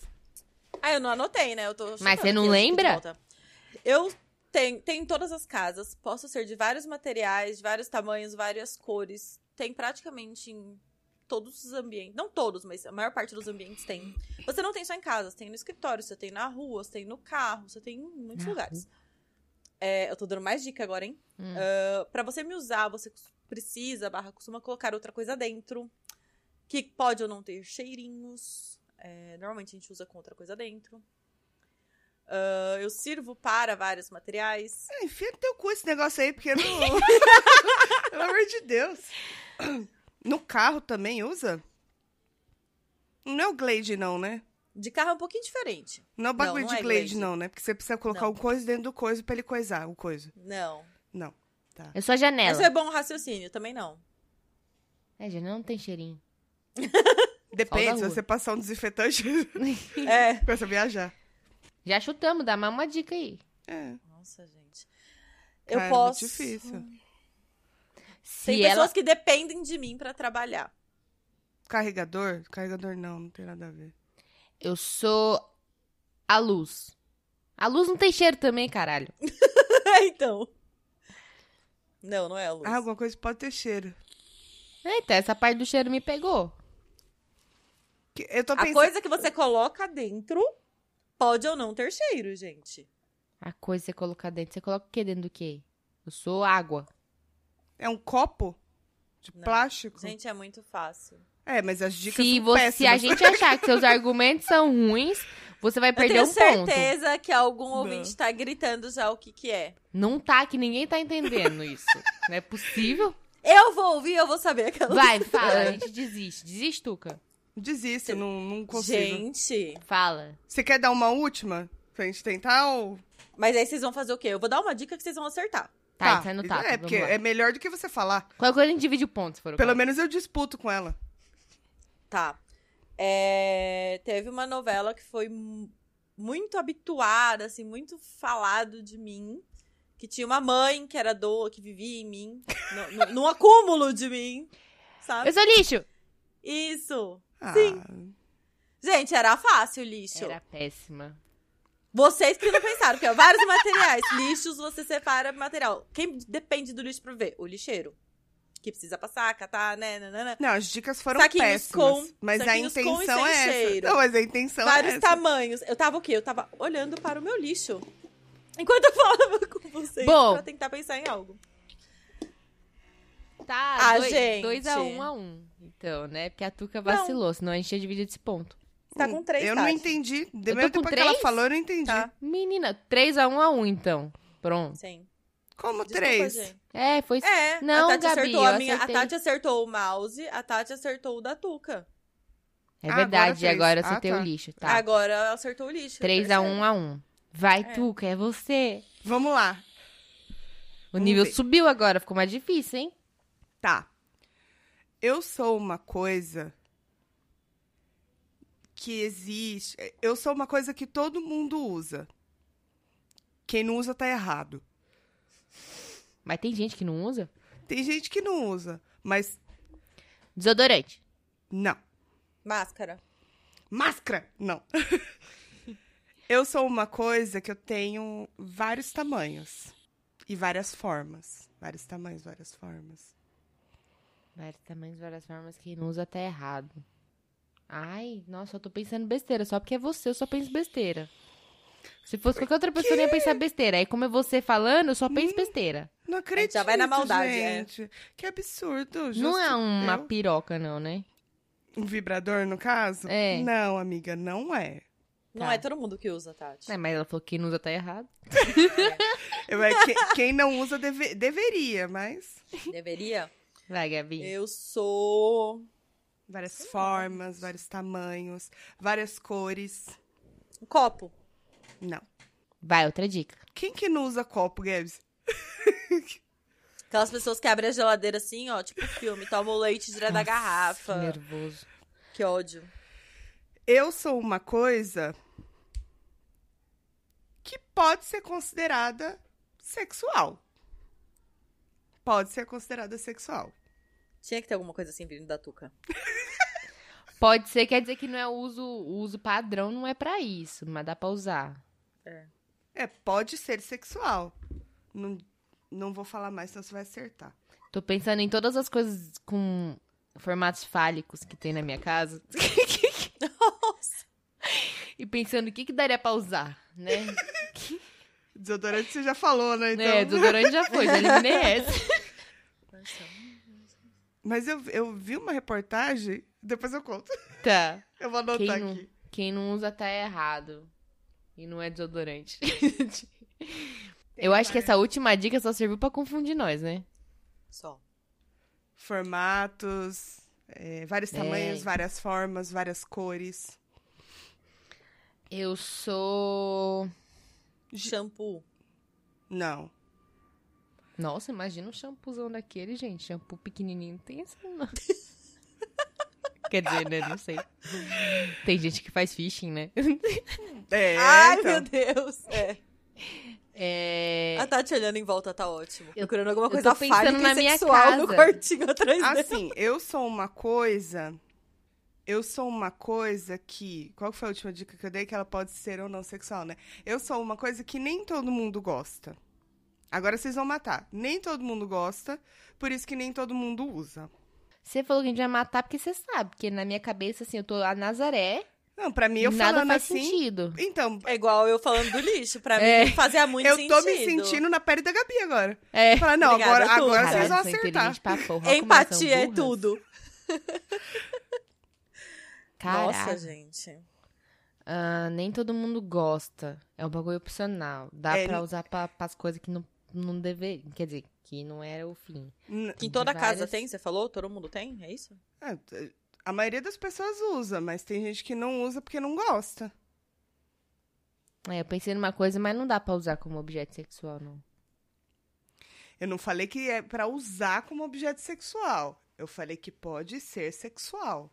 Ah, eu não anotei, né? Eu tô chutando
você não
aqui, eu chutei de
lembra?
volta. Eu tenho, tem em todas as casas. Posso ser de vários materiais, de vários tamanhos, várias cores. Tem praticamente em todos os ambientes. Não todos, mas a maior parte dos ambientes tem. Você não tem só em casa, você tem no escritório, você tem na rua, você tem no carro, você tem em muitos
Na
lugares. É, eu tô dando mais dica agora, hein?
Hum.
Ah, pra você me usar, você cos- precisa, barra, costuma colocar outra coisa dentro. Que pode ou não ter cheirinhos. É, normalmente a gente usa com outra coisa dentro. Ah, eu sirvo para vários materiais.
Ah, Enfia no teu cu esse negócio aí, porque não. Pelo amor de Deus. No carro também usa? Não é o Glade, não, né?
De carro é um pouquinho diferente.
Não é o bagulho
não
de
é
Glade,
Glade.
não, né? Porque você precisa colocar
Não.
o coisa dentro do coisa pra ele coisar o coisa.
Não.
Não.
Eu sou a
Mas
janela.
é bom raciocínio, também não.
É, janela não tem cheirinho.
Depende, se
rua.
você passar um desinfetante,
É.
começa a viajar.
Já chutamos, dá mais uma dica aí.
É.
Nossa, gente. Eu
cara, é muito
posso.
difícil.
Se
Tem
ela...
pessoas que dependem de mim pra trabalhar.
Carregador? Carregador não, não tem nada a ver.
Eu sou a luz. A luz não tem cheiro também, caralho.
então. Não, não é a luz.
Ah, alguma coisa que pode ter cheiro.
Eita, essa parte do cheiro me pegou.
Que- Eu tô
A
pensando.
coisa que você coloca dentro pode ou não ter cheiro, gente.
A coisa que você colocar dentro. Você coloca o que dentro do quê? Eu sou água.
É um copo? De
Não.
plástico?
Gente, é muito fácil.
É, mas as dicas
Se,
são
você, se
péssimas.
a gente achar que seus argumentos são ruins, você vai perder
Eu tenho
um ponto.
certeza que algum
Não.
ouvinte tá gritando já o que que é.
Não tá, que ninguém tá entendendo isso. Não é possível?
Eu vou ouvir, eu vou saber aquela.
Vai, fala. A gente desiste. Desiste, Tuca.
Desisto, não, não consigo.
Gente,
Fala.
Você quer dar uma última? Pra gente tentar ou...
mas aí vocês vão fazer o quê? Eu vou dar uma dica que vocês vão acertar.
Tá, isso aí não tá.
É, porque é melhor do que você falar.
Qualquer coisa a gente divide o ponto, se for o
Pelo
caso.
menos eu disputo com ela.
Tá. É, Teve uma novela que foi mu- muito habituada, assim, muito falado de mim. Que tinha uma mãe que era do, que vivia em mim, no, no, num acúmulo de mim, sabe?
Eu sou lixo.
Isso.
Ah,
Sim. Gente, era fácil, lixo.
Era péssima.
Vocês que não pensaram, porque ó, vários materiais. Lixos, você separa material. Quem depende do lixo pra ver? O lixeiro. Que precisa passar, catar, né? nanana.
Não, as dicas foram
Saquinhos
péssimas.
com-
mas a
saquinhos com e
intenção
sem
é essa.
cheiro.
Não, mas a intenção
Vários tá-
é essa.
tamanhos. Eu tava o quê? Eu tava olhando para o meu lixo. Enquanto eu falava com vocês
Bom.
pra tentar pensar em algo.
Tá,
Ah,
dois,
gente.
dois a um a um. Então, né? Porque a Tuca vacilou, senão a gente tinha dividido esse ponto.
Você tá com três,
hum, Eu não
Tati.
entendi. Do
Eu tô
mesmo
com
tempo que ela
três?
falou, eu não entendi.
Tá.
Menina, 3 a 1 a 1 então. Pronto.
Sim.
Como
Desculpa,
três?
gente.
É, foi
É,
Não,
a Tati
Gabi,
acertou
eu
a minha.
acertei.
A Tati acertou o mouse, a Tati acertou o da Tuca.
É
Ah,
verdade, e agora
agora fez.
você
Ah,
tem o
tá.
lixo, tá?
Agora ela acertou o lixo. É.
3 a
terceiro.
1 a 1 Vai,
É.
Tuca, é você.
Vamos lá.
O
Vamos
nível
ver.
subiu agora, ficou mais difícil, hein?
Tá. Eu sou uma coisa que existe. Eu sou uma coisa que todo mundo usa. Quem não usa tá errado.
Mas tem gente que não usa.
Tem gente que não usa, mas
Desodorante.
não.
Máscara.
Máscara, não. eu sou uma coisa que eu tenho vários tamanhos e várias formas. Vários tamanhos, várias formas.
Vários tamanhos, várias formas. Quem não usa tá errado. Ai, nossa, eu tô pensando besteira. Só porque é você, eu só penso besteira. Se fosse qualquer outra pessoa, eu não ia pensar besteira. Aí, como é você falando, eu
Hum,
só penso besteira.
Não acredito,
já vai na maldade, é.
gente. Que absurdo.
não
justo
é uma
eu.
piroca, não, né?
Um vibrador, no caso?
É.
Não, amiga, não é.
Não
Tá.
é todo mundo que usa, Tati.
É, mas ela falou que quem não usa tá errado.
Eu, é que- quem não usa deve- deveria, mas...
É.
Deveria?
Vai, Gabi.
Eu sou.
Várias formas, vários tamanhos, várias cores.
Um copo.
Não.
Vai, outra dica.
Quem que não usa copo, Gabs?
Aquelas pessoas que abrem a geladeira assim, ó, tipo filme, tomam o leite direto da
Nossa,
garrafa.
que Nervoso.
Que ódio.
Eu sou uma coisa que pode ser considerada sexual. Pode ser considerada sexual.
Tinha que ter alguma coisa assim vindo da Tuca.
Pode ser, quer dizer que não é o uso, o uso padrão, não é pra isso, mas dá pra usar.
É, pode ser sexual. Não, não vou falar mais, senão você vai acertar.
Tô pensando em todas as coisas com formatos fálicos que tem na minha casa.
Nossa.
E pensando o que, que daria pra usar, né?
Desodorante você já falou, né? Então...
É, desodorante já foi, já eliminei essa.
Mas eu, eu vi uma reportagem, depois eu conto.
Tá.
Eu vou
Quem
anotar
não,
aqui.
quem não usa tá errado. E não é desodorante. Eu acho que essa última dica só serviu pra confundir nós, né?
Só.
Formatos, é, vários
É.
tamanhos, várias formas, várias cores.
Eu sou.
Shampoo.
Não.
Nossa, imagina um shampoozão daquele, gente. Shampoo pequenininho não tem essa, não. Quer dizer, né? Não sei. Tem gente que faz phishing, né?
É,
Ai,
então.
meu Deus. É.
É.
A Tati olhando em volta tá ótimo.
Eu-
Procurando alguma
eu
coisa
tô pensando
fálica
na
e
minha
sexual no
casa.
quartinho atrás dele.
Assim, eu sou uma coisa. Eu sou uma coisa que. Qual foi a última dica que eu dei? Que ela pode ser ou não sexual, né? Eu sou uma coisa que nem todo mundo gosta. Agora vocês vão matar. Nem todo mundo gosta, por isso que nem todo mundo usa.
Você falou que a gente vai matar porque você sabe. Porque na minha cabeça, assim, eu tô a Nazaré.
Não, pra mim
E
eu
nada
falando
faz
assim.
sentido.
Então,
É igual eu falando do lixo. Pra
É.
mim, fazia muito
eu
sentido.
tô me sentindo na pele da Gabi agora.
É.
Falar, não,
Obrigada,
agora,
eu tô.
agora
Caralho,
vocês vão
sou
acertar.
inteligente pra porra, olha como elas
Empatia é
são burras.
tudo.
Caralho.
Nossa, gente.
Ah, nem todo mundo gosta. É um bagulho opcional. Dá
É,
pra
n-
usar pra, pras coisas que não, não deveria. Quer dizer, que não era o fim.
N-
Que em toda
Tem
casa
várias.
tem, você falou? Todo mundo tem? É isso?
Ah, t- A maioria das pessoas usa, mas tem gente que não usa porque não gosta.
É, eu pensei numa coisa, mas não dá pra usar como objeto sexual, não.
Eu não falei que é pra usar como objeto sexual. Eu falei que pode ser sexual.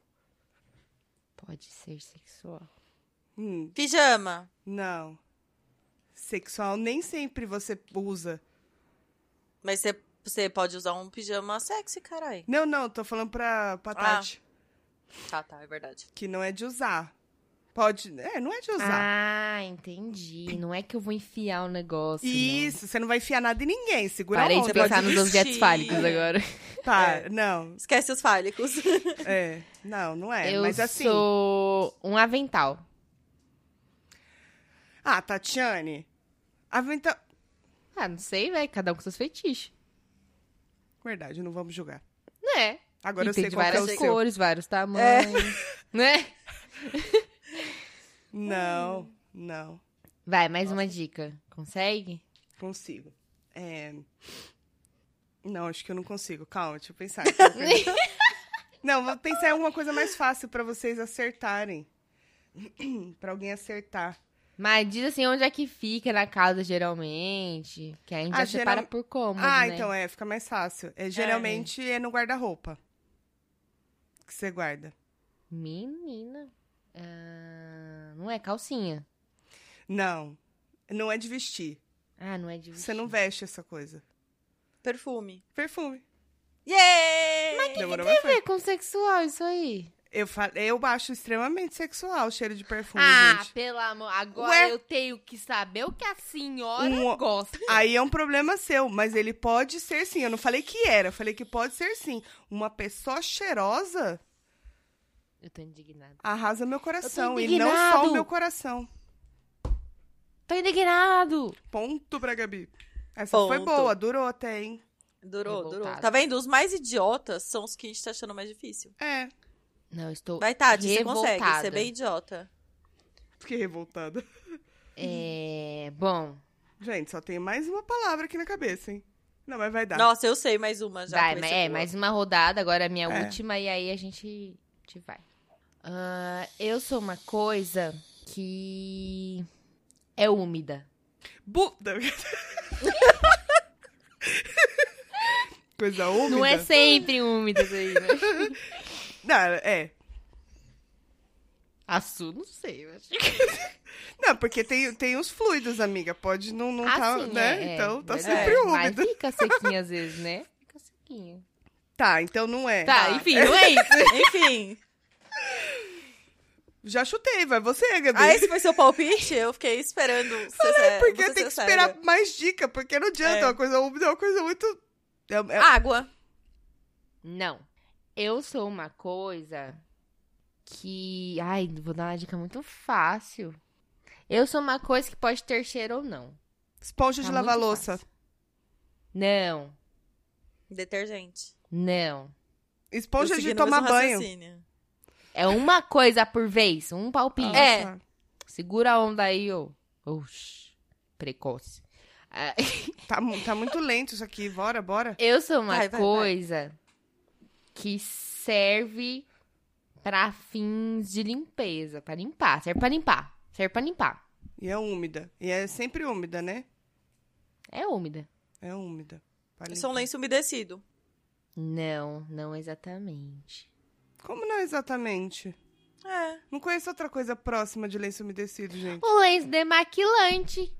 Pode ser sexual.
Hum,
Pijama.
não. Sexual nem sempre você usa.
Mas você, você pode usar um pijama sexy, carai.
Não, não, tô falando pra, pra
Ah.
Tati,
Tá, tá, é verdade.
que não é de usar. Pode. É, não é de usar.
Ah, entendi. Não é que eu vou enfiar o negócio.
Isso, você não vai enfiar nada em ninguém,
Não.
segura
Parei
a
de
onda.
pensar nos
desistir.
objetos fálicos agora.
Tá,
É.
não,
Esquece os fálicos.
é, não, não é.
eu
Mas assim,
sou um avental.
ah, Tatiane, aventa...
Ah, não sei, velho. Cada um com seus fetiches.
Verdade, não vamos julgar.
Né?
Agora
e
eu
tem
sei
de
qual que é
várias
o seu.
cores, vários tamanhos. Né? Hum.
Não, não.
Vai, mais uma dica. Consegue?
Consigo. É... Não, acho que eu não consigo. Calma, deixa eu pensar. Deixa eu pensar. não, vou pensar em alguma coisa mais fácil pra vocês acertarem. Pra alguém acertar.
Mas diz assim, onde é que fica na casa, geralmente? Que a gente
Ah,
já separa
geral-
por como,
ah,
né?
então é, fica mais fácil. É, geralmente é, no guarda-roupa que você guarda.
Menina. Ah, não é calcinha.
Não, não é de vestir.
Ah, não é de
Você
vestir.
não veste essa coisa.
Perfume.
Perfume.
Yay!
Demorou, mas foi.
É com sexual isso aí.
Eu, fa- eu acho extremamente sexual o cheiro de perfume,
ah,
gente.
pelo amor. Agora
Ué?
eu tenho que saber o que a senhora
Um-
gosta.
Aí é um problema seu, mas ele pode ser sim. Eu não falei que era, eu falei que pode ser sim. Uma pessoa cheirosa
Eu tô indignada.
arrasa meu coração. E não
indignado.
só o meu coração.
Tô indignado.
Ponto pra Gabi. Essa foi
Ponto.
boa, durou até, hein?
Durou, durou.
Revoltada.
Tá vendo? Os mais idiotas são os que a gente tá achando mais difícil.
É,
Não, eu estou.
Vai, Tati, você
Tipo, Revoltada.
consegue. Você é bem idiota.
fiquei revoltada.
É. Bom.
Gente, só tem mais uma palavra aqui na cabeça, hein? Não, mas vai dar.
Nossa, eu sei mais uma já.
vai,
que
ma-
ser
é,
boa.
mais uma rodada, agora é a minha
É.
última, e aí a gente, a gente vai. Ah, eu sou uma coisa que é úmida.
Bu- Tá Coisa úmida.
Não é sempre úmida isso aí, né?
Não, é.
Açu, não sei, eu acho.
Não, porque tem, tem os fluidos, amiga. Pode não, não tá,
Assim,
né?
é, é,
então tá
verdade.
sempre
Mas
úmido.
fica sequinha às vezes, né? Fica sequinha.
Tá, então não é.
Tá, enfim, não é isso.
Enfim.
Já chutei, vai você, Gabi.
é,
Ah, esse foi seu palpite? Eu fiquei esperando. Você,
porque
você
tem que
ser
esperar
né?
séria.
mais dica, porque não adianta.
É.
Uma coisa úmida é uma coisa muito. É, é-
Ah!
Água.
Não. Eu sou uma coisa que. Ai, vou dar uma dica muito fácil. Eu sou uma coisa que pode ter cheiro ou não.
Esponja de
Tá
lavar
muito
louça.
fácil. Não,
Detergente.
não.
Esponja
Eu segui
de
no
tomar
mesmo
banho.
raciocínio.
É uma coisa por vez, um palpite.
É.
tá.
Segura a onda aí, ô. Oxi, precoce. Ah,
Tá, mu- tá muito lento isso aqui. Bora, bora.
Eu sou uma
Vai, vai, vai.
coisa que serve pra fins de limpeza, pra limpar, serve pra limpar, serve pra limpar.
E é úmida. E é sempre úmida, né?
É úmida.
É úmida. Pra
Eu sou um
limpar.
lenço umedecido.
Não, não exatamente.
Como não exatamente?
É.
Não conheço outra coisa próxima de lenço umedecido, gente.
O lenço demaquilante.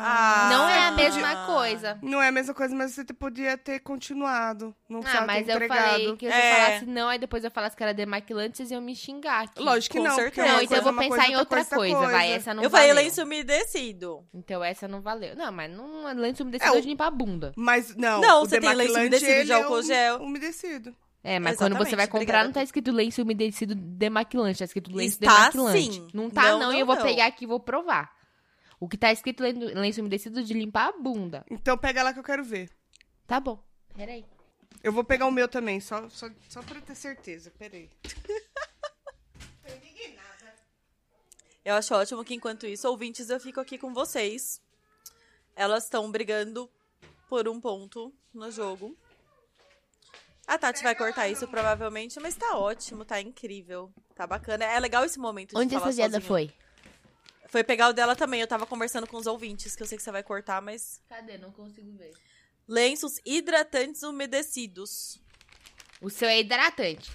Ah.
não é a
Ah.
mesma coisa.
Não é a mesma coisa, mas você te- podia ter continuado. Não
Ah,
precisava ter
mas eu
entregado.
falei que se eu
É.
falasse não, aí depois eu falasse que era demaquilante, vocês iam me xingar aqui.
Lógico que
Com
não.
certeza.
porque
Não, então
uma
eu
coisa é
vou
uma
pensar em outra
é
coisa, vai, essa não
eu
valeu.
falei lenço umedecido.
Então essa não valeu. Não, mas não é lenço
É,
umedecido
o-
de limpar a bunda.
Mas não,
Não,
o
você tem lenço
demaquilante,
umedecido de
ele é
álcool
um-
gel.
Umedecido.
É, mas quando você vai
Exatamente,
comprar,
obrigada.
não tá escrito lenço umedecido demaquilante, tá escrito lenço
Está
demaquilante.
sim.
Não tá,
Não,
não, e
não,
eu vou
não.
pegar aqui e vou provar. O que tá escrito len- lenço umedecido de limpar a bunda.
Então pega lá que eu quero ver.
Tá bom. Peraí.
Eu vou pegar o meu também, só, só, só pra ter certeza. Peraí.
Eu acho ótimo que enquanto isso, ouvintes, eu fico aqui com vocês. Elas estão brigando por um ponto no jogo. A Tati vai cortar isso provavelmente, mas tá ótimo, tá incrível, tá bacana. É legal esse momento de
Onde
falar
essa viada
sozinho.
foi?
Foi pegar o dela também, eu tava conversando com os ouvintes, que eu sei que você vai cortar, mas...
Cadê? Não consigo ver.
Lenços hidratantes umedecidos.
O seu é hidratante.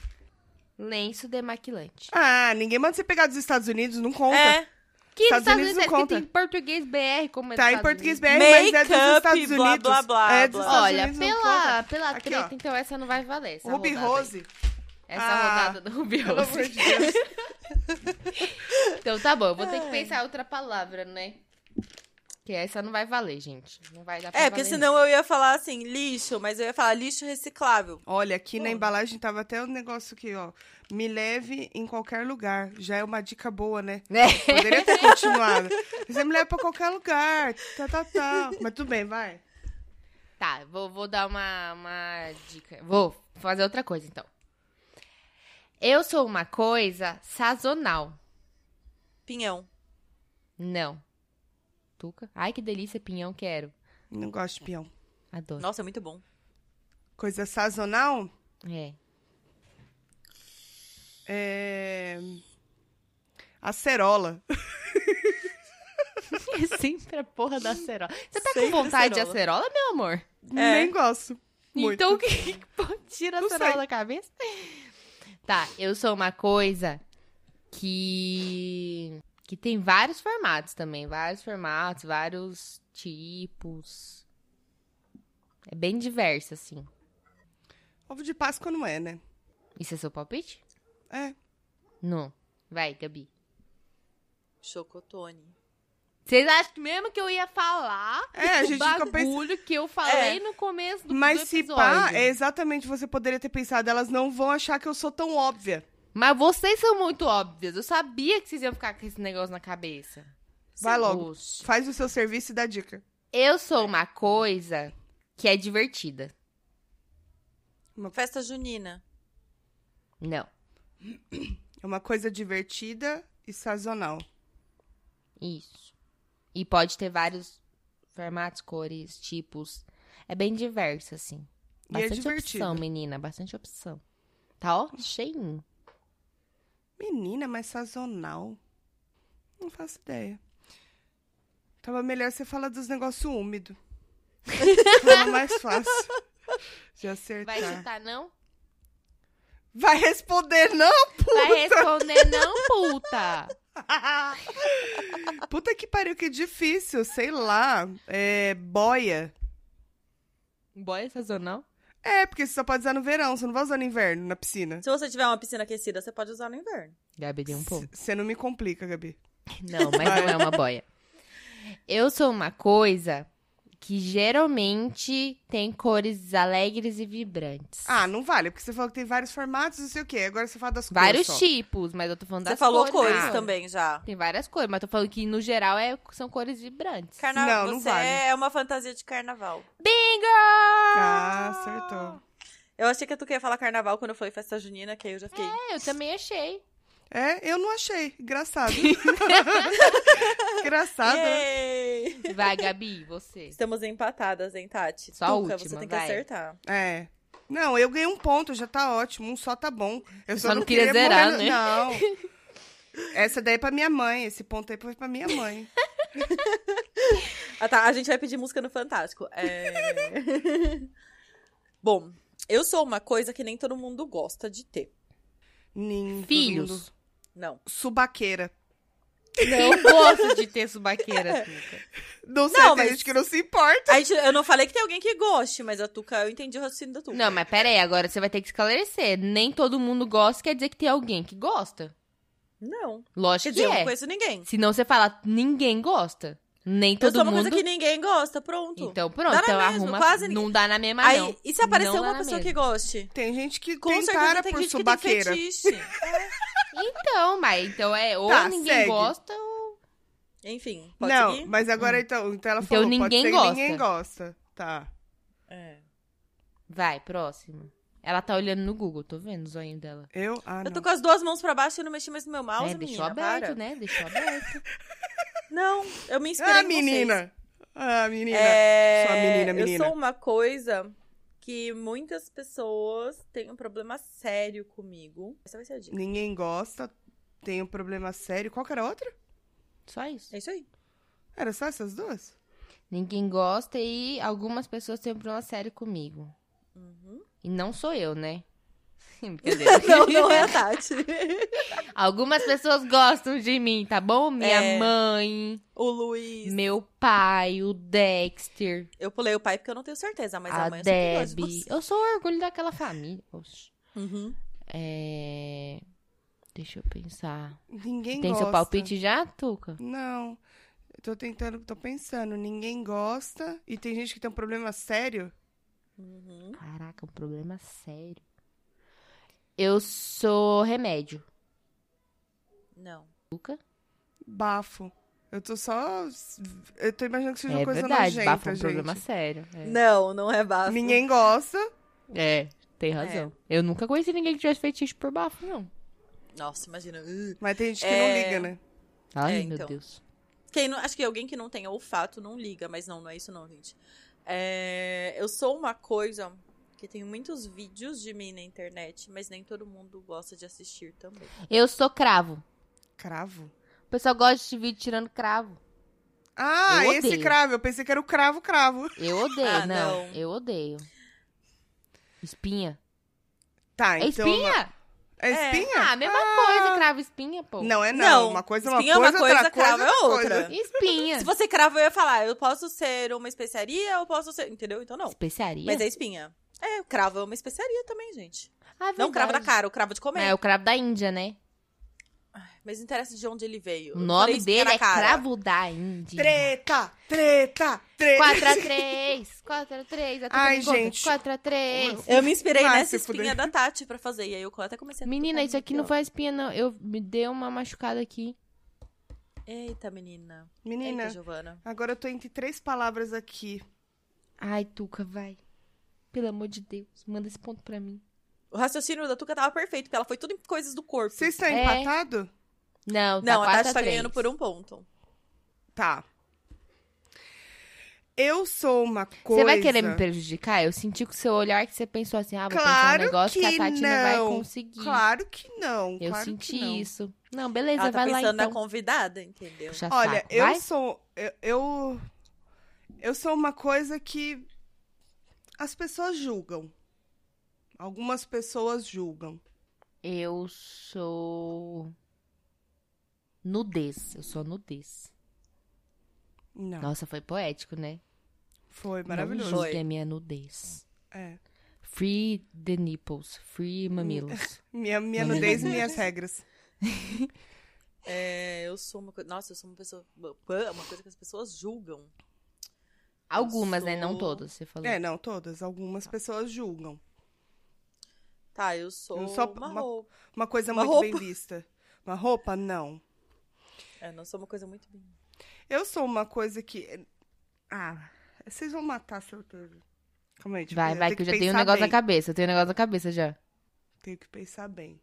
Lenço demaquilante.
Ah, ninguém manda você pegar dos Estados Unidos, não conta.
Tá
É,
Que
Estados
Estados Unidos
Unidos não
é escrito
conta.
em português BR, como é
Tá
dos
em
Estados
português BR,
Unidos.
mas é dos
Make-up,
Estados
blá,
Unidos.
blá, blá,
é dos
blá.
Estados
Olha,
Unidos, não
pela, pela
Aqui,
treta,
ó.
então essa não vai valer. Essa
conta. Ruby
rodada aí.
Rose.
Essa
Ah.
rodada do Ruby
Pelo
Rose.
amor de Deus.
Então tá bom, eu vou ter que
Ai.
pensar outra palavra, né? Que essa não vai valer, gente. Não vai dar pra
é
valer.
porque senão eu ia falar assim, lixo, mas eu ia falar lixo reciclável.
Olha, aqui na
Bom.
embalagem tava até um negócio aqui, ó. Me leve em qualquer lugar. Já é uma dica boa, né?
Né?
Poderia ter continuado. Você me leva pra qualquer lugar. Tá, tá, tá. Mas tudo bem, vai.
Tá, vou, vou dar uma, uma dica. Vou fazer outra coisa, então. Eu sou uma coisa sazonal.
Pinhão.
Não. Tuca? Ai, que delícia, pinhão, quero.
Não gosto de peão.
Adoro.
Nossa, é muito bom.
Coisa sazonal
É.
é. Acerola.
É sempre a porra da acerola. Você tá
Sempre
com vontade de
acerola.
acerola, meu amor?
É.
Nem gosto. Muito.
Então, que pô, tira a
Não
cerola
sei.
da cabeça? Tá, eu sou uma coisa que Que tem vários formatos também, vários formatos, vários tipos. É bem diverso, assim.
Ovo de Páscoa não é, né?
Isso é seu palpite?
É.
Não. Vai, Gabi.
Chocotone.
Vocês acham mesmo que eu ia falar
É, a gente
o
fica
bagulho
pensando. É.
que eu falei no começo do,
Mas
do
se
episódio?
pá, é exatamente você poderia ter pensado. Elas não vão achar que eu sou tão óbvia.
Mas vocês são muito óbvias. Eu sabia que vocês iam ficar com esse negócio na cabeça.
Vai logo.
Oxe.
Faz o seu serviço e dá dica.
Eu sou uma coisa que é divertida.
Festa junina.
Não.
É uma coisa divertida e sazonal.
Isso. E pode ter vários formatos, cores, tipos. É bem diverso, assim.
E é
Bastante
divertido.
opção, menina. Bastante opção. Tá, ó, cheinho.
Menina, mas sazonal? Não faço ideia. Tava melhor você falar dos negócios úmidos. Tava mais fácil de acertar.
Vai
Vai,
chutar não?
responder, não?
Vai responder não, puta!
Puta que pariu, que difícil. Sei lá. É boia.
Boia sazonal?
É, porque você só pode usar no verão, você não vai usar no inverno, na piscina.
Se você tiver uma piscina aquecida, você pode usar no inverno.
Gabi deu um pouco.
Você não me complica, Gabi.
Não, mas não é uma boia. Eu sou uma coisa que geralmente tem cores alegres e vibrantes.
Ah, não vale, porque você falou que tem vários formatos, não sei o quê. Agora você fala das cores
Vários
só.
tipos, mas eu tô falando
Você
das
falou
cores.
cores
Ah,
também já.
Tem várias cores, mas tô falando que no geral é- são cores vibrantes.
Carnaval.
Não, não
você
vale.
é uma fantasia de carnaval.
Ah, acertou.
Eu achei que tu queria falar carnaval quando eu falei festa junina, que aí eu já fiquei.
É, eu também achei.
É, eu não achei. Engraçado.
Tá
Engraçado. né?
Yay!
Vai, Gabi, você.
Estamos empatadas, hein, Tati?
Só a
Tuca,
última,
você
vai.
tem que acertar.
É. Não, eu ganhei um ponto, já tá ótimo. Um só tá bom. Eu só,
Só não queria zerar,
morrer-
né?
Não. Essa daí é pra minha mãe. Esse ponto aí foi pra minha mãe.
Ah, tá. A gente vai pedir música no Fantástico. É... Bom, eu sou uma coisa que nem todo mundo gosta de ter.
Nem todo mundo-
Filhos.
Não.
Subaqueira.
Eu gosto de ter subaqueira, Tuca.
Não sei, tem
Não, mas-
gente que não se importa.
A gente- eu não falei que tem alguém que goste, mas a Tuca, eu entendi o raciocínio da Tuca.
Não, mas pera aí, agora você vai ter que esclarecer. Nem todo mundo gosta, quer dizer que tem alguém que gosta.
Não.
Lógico
Quer dizer,
que
eu
é.
não conheço ninguém.
Se não, você fala, ninguém gosta. Nem
eu
todo
sou uma
mundo.
coisa que ninguém gosta, pronto.
Então pronto,
Dá na
então
mesma,
arruma.
quase
Não dá na mesma,
Aí,
não.
e se aparecer
Não dá
uma
na
pessoa
mesma.
que goste?
Tem gente que
Com
tem
certeza
cara
tem
por
gente que tem
subaqueira.
fetiche.
Então, mas então é ou
Tá,
ninguém
segue.
gosta ou.
Enfim, pode
não,
seguir? Hum.
mas agora então, então ela
Então
falou, pode
ninguém
ser que
gosta.
ninguém gosta. Tá.
É.
Vai, próximo. Ela tá olhando no Google, tô vendo o zoinho dela.
Eu? Ah,
Eu tô
não.
com as duas mãos pra baixo e não mexi mais no meu mouse,
é, deixou
menina.
aberto,
para.
né? Deixou aberto.
Não, eu me inspirei
Ah,
em vocês.
menina. Ah, menina.
É,
Sua menina, menina.
Eu sou uma coisa que muitas pessoas têm um problema sério comigo. Essa vai ser a dica.
Ninguém gosta, tem um problema sério. Qual que era a outra?
Só isso.
É isso aí.
Era só essas duas?
Ninguém gosta e algumas pessoas têm um problema sério comigo.
Uhum.
E não sou eu, né? Brincadeira.
Não, não é a Tati.
Algumas pessoas gostam de mim, tá bom? Minha
É.
mãe,
O Luiz.
meu pai, o Dexter,
Eu pulei o pai porque eu não tenho certeza, mas a,
a
mãe eu sempre gosto de
Debbie.
você.
Eu sou o orgulho daquela família. Oxi.
Uhum.
É... Deixa eu pensar.
Ninguém
Tem
gosta.
seu palpite já, Tuca?
Não. Eu Tô tentando, tô pensando. Ninguém gosta e tem gente que tem um problema sério?
Uhum.
Caraca, um problema sério. Eu sou remédio.
Não.
Tuca?
Bafo. Eu tô só. Eu tô imaginando que seja
É
uma coisa
verdade,
nojenta,
bafo é um
gente.
problema sério. É.
Não, não é bafo.
Ninguém gosta.
É, tem razão. Eu nunca conheci ninguém que tivesse feitiço por bafo, não.
Nossa, imagina. Uh.
Mas tem gente que
É.
não liga, né?
Ai,
É,
meu
então.
Deus.
Quem não- acho que alguém que não tem olfato não liga, mas não, não é isso não, gente. É, eu sou uma coisa que tem muitos vídeos de mim na internet, mas nem todo mundo gosta de assistir também.
Eu sou cravo.
Cravo?
O pessoal gosta de vídeo tirando cravo.
Ah,
Eu
esse
odeio.
cravo. Eu pensei que era o cravo, cravo.
Eu odeio,
Ah,
não.
não.
Eu odeio. Espinha.
Tá,
é
então.
espinha?
É Então, espinha?
Ah, mesma coisa, cravo espinha, pô.
Não é não.
Não,
Uma coisa é uma
espinha é
coisa,
uma
outra
coisa,
coisa,
cravo é outra.
coisa.
Espinha.
Se você crava, eu ia falar, eu posso ser uma especiaria ou posso ser. Entendeu? Então não.
Especiaria?
Mas é espinha. É, o cravo é uma especiaria também, gente.
Ah,
é
Não o cravo da
verdade.
cara, o cravo de
Mas
comer.
É o cravo da Índia, né?
Mas não interessa de onde ele veio.
O
Eu
nome
falei espinha
dele
na
é
cara.
cravo da Índia.
Treta, treta, treta.
4x3, 4x3,
Ai, gente.
4x3.
Eu me inspirei
Vai
nessa
se fuder.
espinha da Tati pra fazer. E aí eu até comecei a
Menina,
tocar
isso aqui não foi a espinha, não. Eu me dei uma machucada aqui.
Eita, menina.
Menina,
Eita, Giovana.
agora eu tô entre três palavras aqui.
Ai, Tuca, vai. Pelo amor de Deus, manda esse ponto pra mim.
O raciocínio da Tuca tava perfeito, porque ela foi tudo em coisas do corpo.
Vocês estão
É.
empatado?
Não, tá
Não, a Tati
4
tá
x
ganhando por um ponto.
Tá. Eu sou uma coisa.
Você vai querer me prejudicar? Eu senti com o seu olhar que você pensou assim, ah, vou pensar
Claro
um negócio que,
que
a Tati não vai
não.
conseguir.
Claro que não.
Eu
claro
senti
que não.
isso. Não, beleza,
Ela tá
vai lá
pensando na
então.
convidada, entendeu?
Puxa
Olha,
tá saco,
eu
vai?
sou. Eu, eu. eu sou uma coisa que. As pessoas julgam. Algumas pessoas julgam.
Eu sou. Nudez. Eu sou nudez.
Não.
Nossa, foi poético, né?
Tá. Foi
Não
maravilhoso.
julgue
Foi.
a minha nudez.
É.
Free the nipples. Free mamilos.
Minha, minha
Não.
nudez e minhas regras.
É, eu sou uma coisa. Nossa, eu sou uma pessoa. Uma coisa que as pessoas julgam.
Algumas, né? Não
sou-
todas, você falou.
É, não, todas. Algumas pessoas julgam.
Tá, eu sou
Eu sou
uma,
uma-
roupa.
Uma coisa
Uma
muito
roupa.
bem vista. Uma roupa, não.
É, não sou uma coisa muito bem.
Eu sou uma coisa que. Ah, vocês vão matar certeza. Calma aí, deixa
vai,
tipo, eu
vai,
tenho
que eu já tenho um
pensar
negócio
bem.
na cabeça. Eu tenho um negócio na cabeça já.
Tenho que pensar bem.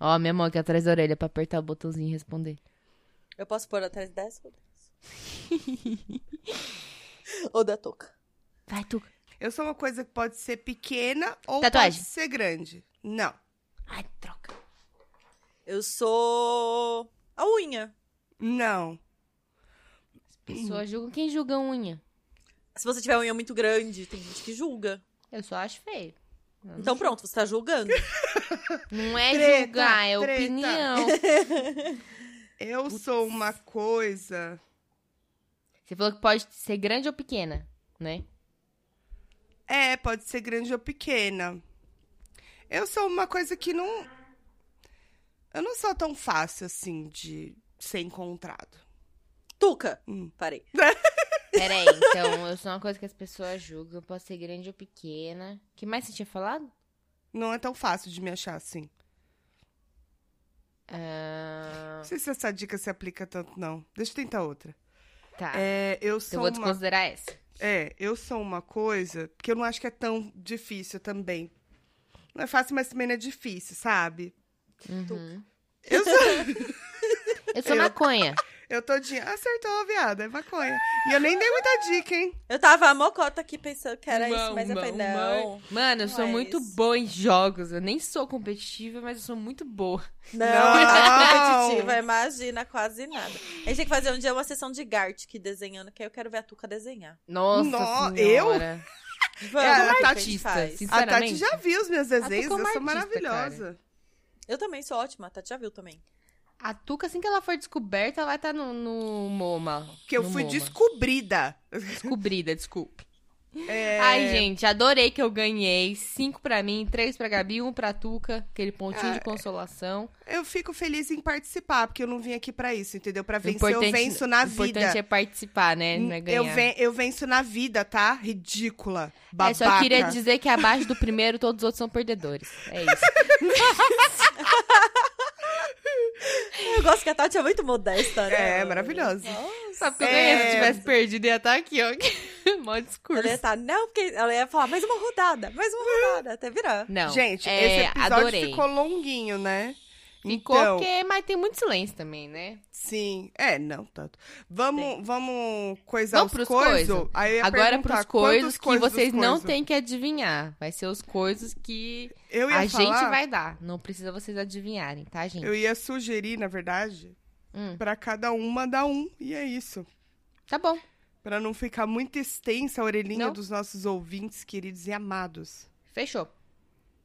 Ó, minha mão aqui atrás da orelha pra apertar o botãozinho e responder.
Eu posso pôr atrás dessa ou dessa? ou da touca.
Vai, tu.
Eu sou uma coisa que pode ser pequena ou
Tatuagem.
pode ser grande. Não.
Ai, troca.
Eu sou. A unha.
Não.
Pessoas julgam quem julga unha.
Se você tiver unha muito grande, tem gente que julga.
Eu só acho feio. Hum.
Então pronto, você tá julgando.
Não é
Treta,
julgar, é
treta.
opinião.
Eu sou uma coisa.
Você falou que pode ser grande ou pequena, né?
É, pode ser grande ou pequena. Eu sou uma coisa que não. Eu não sou tão fácil assim de ser encontrado.
Tuca!
Hum.
Parei.
Peraí, então eu sou uma coisa que as pessoas julgam. Eu posso ser grande ou pequena. O que mais você tinha falado?
Não é tão fácil de me achar assim.
Ah,
Não sei se essa dica se aplica tanto, não. Deixa eu tentar outra.
tá.
É, eu
eu
sou
vou
uma.
desconsiderar essa.
É, eu sou uma coisa que eu não acho que é tão difícil também. Não é fácil, mas também não é difícil, sabe?
Uhum.
Eu sou.
Eu sou
Eu-
maconha.
eu tô de. Acertou, viada, é maconha. E eu nem dei muita dica, hein?
Eu tava a mocota aqui pensando que era
Mão,
isso, mas eu
mão,
falei,
mão.
não.
Mano, eu
Não
sou
é
muito
isso.
boa em jogos. Eu nem sou competitiva, mas eu sou muito boa.
Não,
Não.
não. competitiva, imagina, quase nada. A gente tem que fazer um dia uma sessão de Gartic desenhando, que aí eu quero ver a Tuca desenhar.
Nossa
Nó,
senhora.
Vamos,
É, a
a
Tati-
gente faz.
Sim.
A Tati
Sinceramente.
já viu os meus desenhos,
é
eu
uma
sou
artista, cara.
maravilhosa.
Eu também sou ótima, a Tati já viu também.
A Tuca, assim que ela for descoberta, ela vai estar no, no MoMA.
Que eu
No
fui
MoMA.
descobrida. É,
descobrida, desculpe.
É.
Ai, gente, adorei que eu ganhei. Cinco pra mim, três pra Gabi, um pra Tuca. Aquele pontinho
Ah,
de consolação.
Eu fico feliz em participar, porque eu não vim aqui pra isso, entendeu? Pra vencer, eu
Importante-
venço na
O importante
vida.
é participar, né? Não é ganhar.
eu, ven- eu venço na vida, tá? Ridícula.
É,
Babaca.
só queria dizer que abaixo do primeiro, todos os outros são perdedores. É isso.
Eu gosto que a Tati é muito modesta, né?
É, maravilhosa.
Só porque eu
É.
ganhei. Se eu tivesse perdido, ia estar aqui, ó. Mó discurso.
Ela ia tá, não, porque ela ia falar, mais uma rodada, mais uma rodada, até virar.
Não.
Gente,
é,
esse episódio
adorei.
ficou longuinho, né?
Ficou
então,
porque... Mas tem muito silêncio também, né?
sim. É, não tanto. Vamos, vamos coisar
Vamos
os
pros coisos?
coisos? Aí eu ia
Agora
perguntar,
pros
quantos
coisas que
coisos dos
vocês não
coisos?
têm que adivinhar. Vai ser os coisas que
Eu ia
a
falar-
gente vai dar. Não precisa vocês adivinharem, tá, gente?
Eu ia sugerir, na verdade,
Hum.
pra cada um mandar um. E é isso.
Tá bom.
Pra não ficar muito extensa a orelhinha
Não.
dos nossos ouvintes queridos e amados.
Fechou.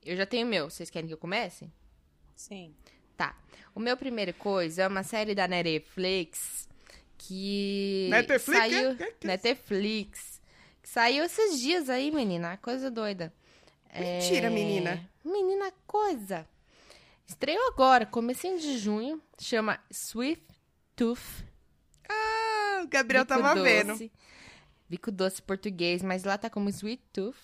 Eu já tenho o meu. Vocês querem que eu comece?
Sim.
O meu primeiro coisa é uma série da Netflix que
Netflix? é?
saiu
Que- que- que-
Netflix que saiu esses dias aí, menina, coisa doida. É,
Mentira, menina.
Menina coisa. Estreou agora, comecinho de junho, chama Swift Tooth.
Ah, o Gabriel tava vendo.
Bico doce português, mas lá tá como Sweet Tooth.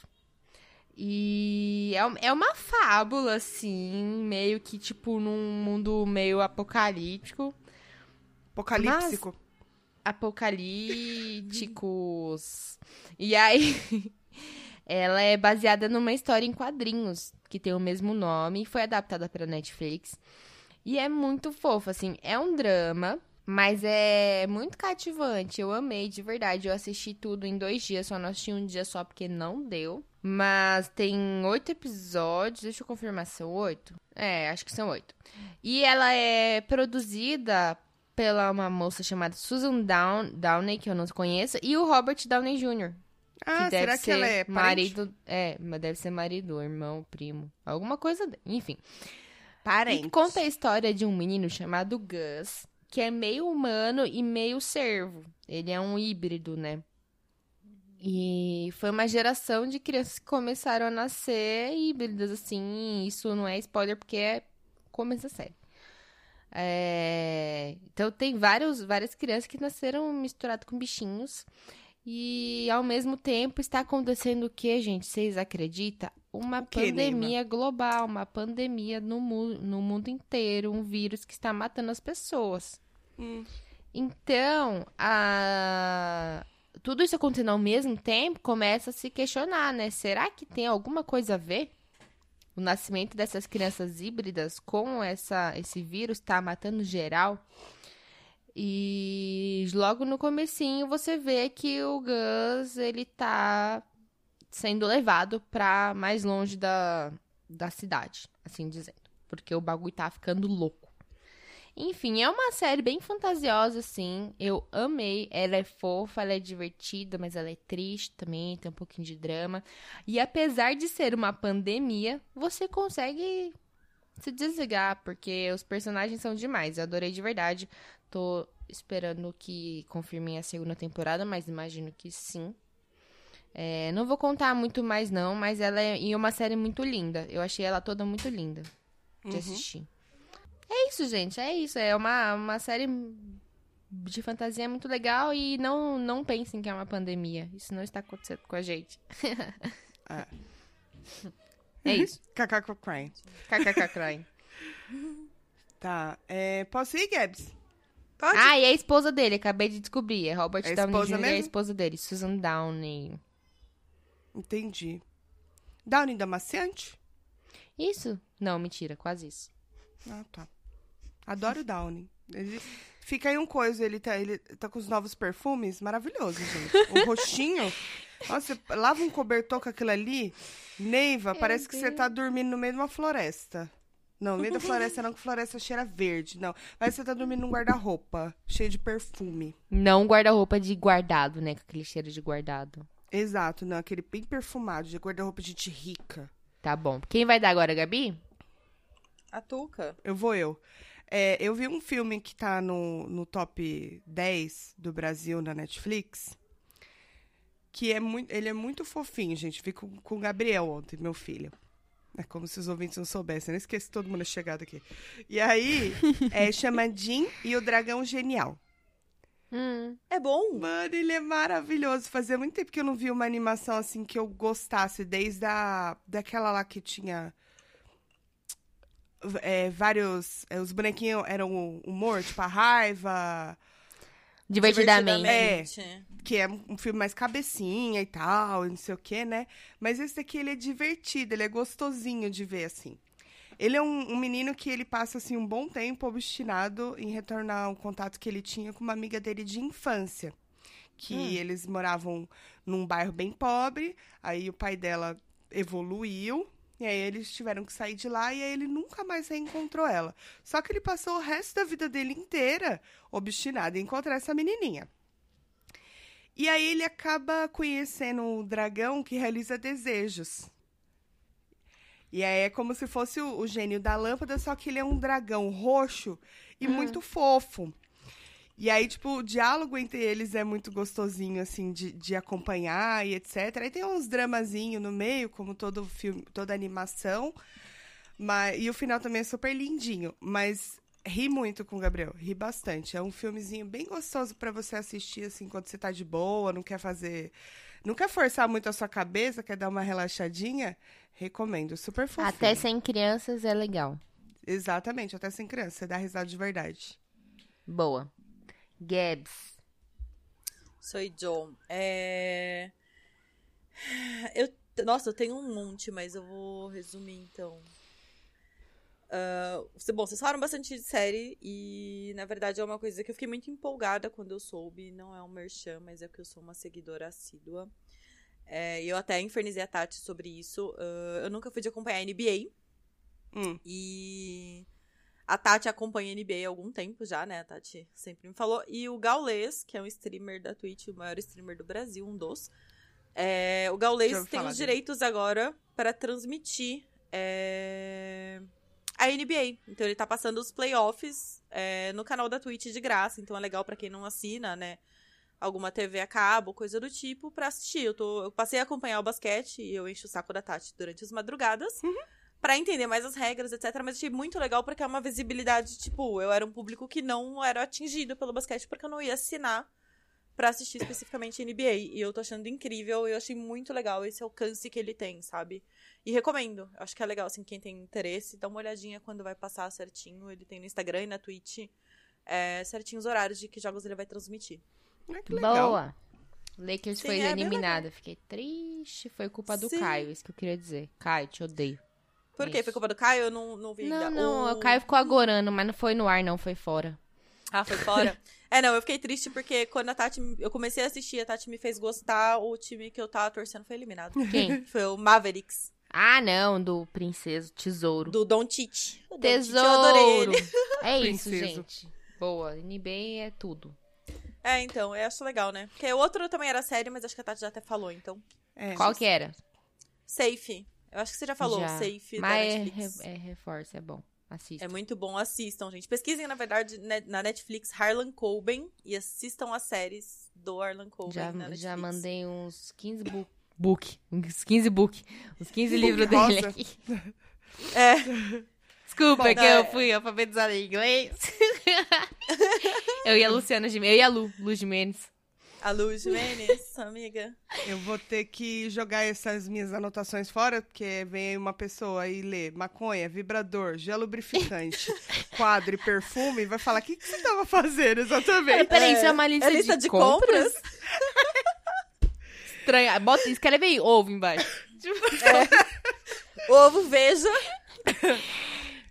E é, um- é uma fábula, assim, meio que, tipo, num mundo meio apocalíptico.
Apocalíptico.
Apocalípticos. e aí, ela é baseada numa história em quadrinhos, que tem o mesmo nome, e foi adaptada pra Netflix. E é muito fofo, assim, é um drama, mas é muito cativante. Eu amei, de verdade. Eu assisti tudo em dois dias, só não assisti um dia só porque não deu. Mas tem oito episódios, deixa eu confirmar se são oito. É, acho que são oito. E ela é produzida pela uma moça chamada Susan Down, Downey, que eu não conheço, e o Robert Downey Jr., que
Ah,
deve
será
ser
que ela é parente?
marido, é, mas deve ser marido, irmão, primo, alguma coisa, de- enfim.
Parente.
E conta a história de um menino chamado Gus, que é meio humano e meio servo. Ele é um híbrido, né? E foi uma geração de crianças que começaram a nascer híbridas, assim. Isso não é spoiler, porque é começo da série. É, Então tem vários, várias crianças que nasceram misturadas com bichinhos. E ao mesmo tempo está acontecendo o que, gente? Vocês acreditam? Uma
O quê, Neyma?
pandemia global, uma pandemia no, mu no mundo inteiro, um vírus que está matando as pessoas.
Hum.
Então, a... tudo isso acontecendo ao mesmo tempo começa a se questionar, né? Será que tem alguma coisa a ver? O nascimento dessas crianças híbridas com essa, esse vírus está matando geral? E logo no comecinho você vê que o Gus, ele tá sendo levado pra mais longe da, da cidade, assim dizendo. Porque o bagulho tá ficando louco. Enfim, é uma série bem fantasiosa, assim. Eu amei. Ela é fofa, ela é divertida, mas ela é triste também, tem um pouquinho de drama. E apesar de ser uma pandemia, você consegue se desligar, porque os personagens são demais. Eu adorei de verdade. Tô esperando que confirmem a segunda temporada, mas imagino que sim. É, não vou contar muito mais, não, mas ela é e é uma série muito linda. Eu achei ela toda muito linda de
Uhum.
assistir. É isso, gente. É isso. É uma, uma série de fantasia muito legal e não, não pensem que é uma pandemia. Isso não está acontecendo com a gente.
Ah.
É isso.
Cacaco Crane.
KKK Crime.
Tá. É, posso ir, Gabs?
Pode?
Ah, e a esposa dele, acabei de descobrir. É Robert
É a
Downey
esposa
Jr. e a
mesmo?
esposa dele, Susan Downey.
Entendi. Downing da Maciante?
Isso? Não, mentira, quase isso.
Ah, tá. Adoro o Downing. Ele... Fica aí um coisa, ele tá, ele tá com os novos perfumes, maravilhoso, gente. O roxinho. Nossa, você lava um cobertor com aquilo ali. Neiva, parece que você tá dormindo no meio de uma floresta. Não, no meio da floresta não, que floresta cheira verde. Não, mas você tá dormindo num guarda-roupa, cheio de perfume.
Não guarda-roupa de guardado, né? Com aquele cheiro de guardado.
Exato, não, aquele bem perfumado, de guarda-roupa de gente rica.
Tá bom. Quem vai dar agora, Gabi?
A Tuca.
Eu vou eu. É, eu vi um filme que tá no, no top 10 do Brasil na Netflix. Que é muito. Ele é muito fofinho, gente. Vi com, com o Gabriel ontem, meu filho. É como se os ouvintes não soubessem. Eu não esqueci todo mundo é chegado aqui. E aí, é, chama Jim e o Dragão Genial.
Hum.
É bom?
Mano, ele é maravilhoso. Fazia muito tempo que eu não vi uma animação assim que eu gostasse, desde a, daquela lá que tinha é, vários. é, os bonequinhos eram o humor, tipo a raiva,
Divertidamente.
Divertidamente.
que é um filme mais cabecinha e tal, e não sei o que, né? Mas esse daqui ele é divertido, ele é gostosinho de ver assim. Ele é um, um menino que ele passa assim um bom tempo obstinado em retornar um contato que ele tinha com uma amiga dele de infância, que
Hum.
eles moravam num bairro bem pobre, aí o pai dela evoluiu e aí eles tiveram que sair de lá e aí ele nunca mais reencontrou ela. Só que ele passou o resto da vida dele inteira obstinado em encontrar essa menininha. E aí ele acaba conhecendo um dragão que realiza desejos. E aí é como se fosse o, o gênio da lâmpada, só que ele é um dragão roxo e
Ah.
muito fofo. E aí, tipo, o diálogo entre eles é muito gostosinho, assim, de, de acompanhar e etc. Aí tem uns dramazinhos no meio, como todo filme, toda animação. Mas, e o final também é super lindinho. Mas ri muito com o Gabriel, ri bastante. É um filmezinho bem gostoso pra você assistir, assim, quando você tá de boa, não quer fazer. Não quer forçar muito a sua cabeça, quer dar uma relaxadinha. Recomendo, super fofinho.
Até sem crianças é legal.
Exatamente, até sem criança, você dá risada de verdade.
Boa. Gabs.
Soy John. É... Eu... Nossa, eu tenho um monte, mas eu vou resumir então. Ah, cê- bom, vocês falaram bastante de série e, na verdade, é uma coisa que eu fiquei muito empolgada quando eu soube. Não é um merchan, mas é que eu sou uma seguidora assídua. É, e eu até infernizei a Tati sobre isso. Ah, eu nunca fui de acompanhar a NBA.
Hum.
E a Tati acompanha a NBA há algum tempo já, né? A Tati sempre me falou. E o Gaules, que é um streamer da Twitch, o maior streamer do Brasil, um dos. é, o
Já
Gaules
ouvi
tem
falar
os
dele.
direitos agora para transmitir é, a NBA. Então ele tá passando os playoffs é, no canal da Twitch de graça. Então é legal para quem não assina, né? alguma TV a cabo, coisa do tipo, pra assistir. Eu, tô, eu passei a acompanhar o basquete e eu encho o saco da Tati durante as madrugadas. Pra entender mais as regras, etc. Mas achei muito legal porque é uma visibilidade, tipo, eu era um público que não era atingido pelo basquete porque eu não ia assinar pra assistir especificamente NBA. E eu tô achando incrível, eu achei muito legal esse alcance que ele tem, sabe? E recomendo. Eu acho que é legal, assim, quem tem interesse, dá uma olhadinha quando vai passar certinho. Ele tem no Instagram e na Twitch é, certinho os horários de que jogos ele vai transmitir.
Ah, que legal.
Boa. Lakers
Sim,
foi
é bem
eliminada. Fiquei triste. Foi culpa do
Sim.
Caio, isso que eu queria dizer. Caio, te odeio.
Por quê?
Isso.
Foi culpa do Caio? Eu não, não vi
Não,
ainda.
não, o Caio ficou agorando, mas não foi no ar, não, foi fora.
Ah, foi fora? é, não, eu fiquei triste porque quando a Tati... Eu comecei a assistir, a Tati me fez gostar, o time que eu tava torcendo foi eliminado.
Quem?
Foi o Mavericks,
ah, não, do Princeso, Tesouro.
do Don Tite. O Don Tite, eu adorei
Tesouro!
ele.
É isso,
Princeso.
gente. Boa, NBA é tudo.
É, então, eu acho legal, né? Porque o outro também era sério, mas acho que a Tati já até falou, então.
É.
Qual que era?
Safe. Eu acho que você já falou,
Já.
Safe da
Mas é,
Netflix.
re- é reforço, é bom. Assista.
É muito bom, assistam, gente. Pesquisem, na verdade, ne- na Netflix, Harlan Coben e assistam as séries do Harlan Coben
já,
na Netflix.
já mandei uns 15 bu book. Uns 15 book. Uns 15
Book
livros
rosa.
dele aqui.
É.
Desculpa,
Bom,
é que
não,
eu
é-
fui alfabetizada em inglês. eu e a Luciana Gimenez. Eu e a Lu, Lu Gimenez.
A Luz Menes, amiga.
Eu vou ter que jogar essas minhas anotações fora, porque vem uma pessoa e lê maconha, vibrador, gel lubrificante, quadro e perfume, e vai falar: o que, que você tava fazendo
Peraí,
exatamente?
peraí, isso é uma lista,
É lista
de,
de
compras?
compras?
Estranha. Bota, escreve aí, ovo embaixo.
Ovo, veja.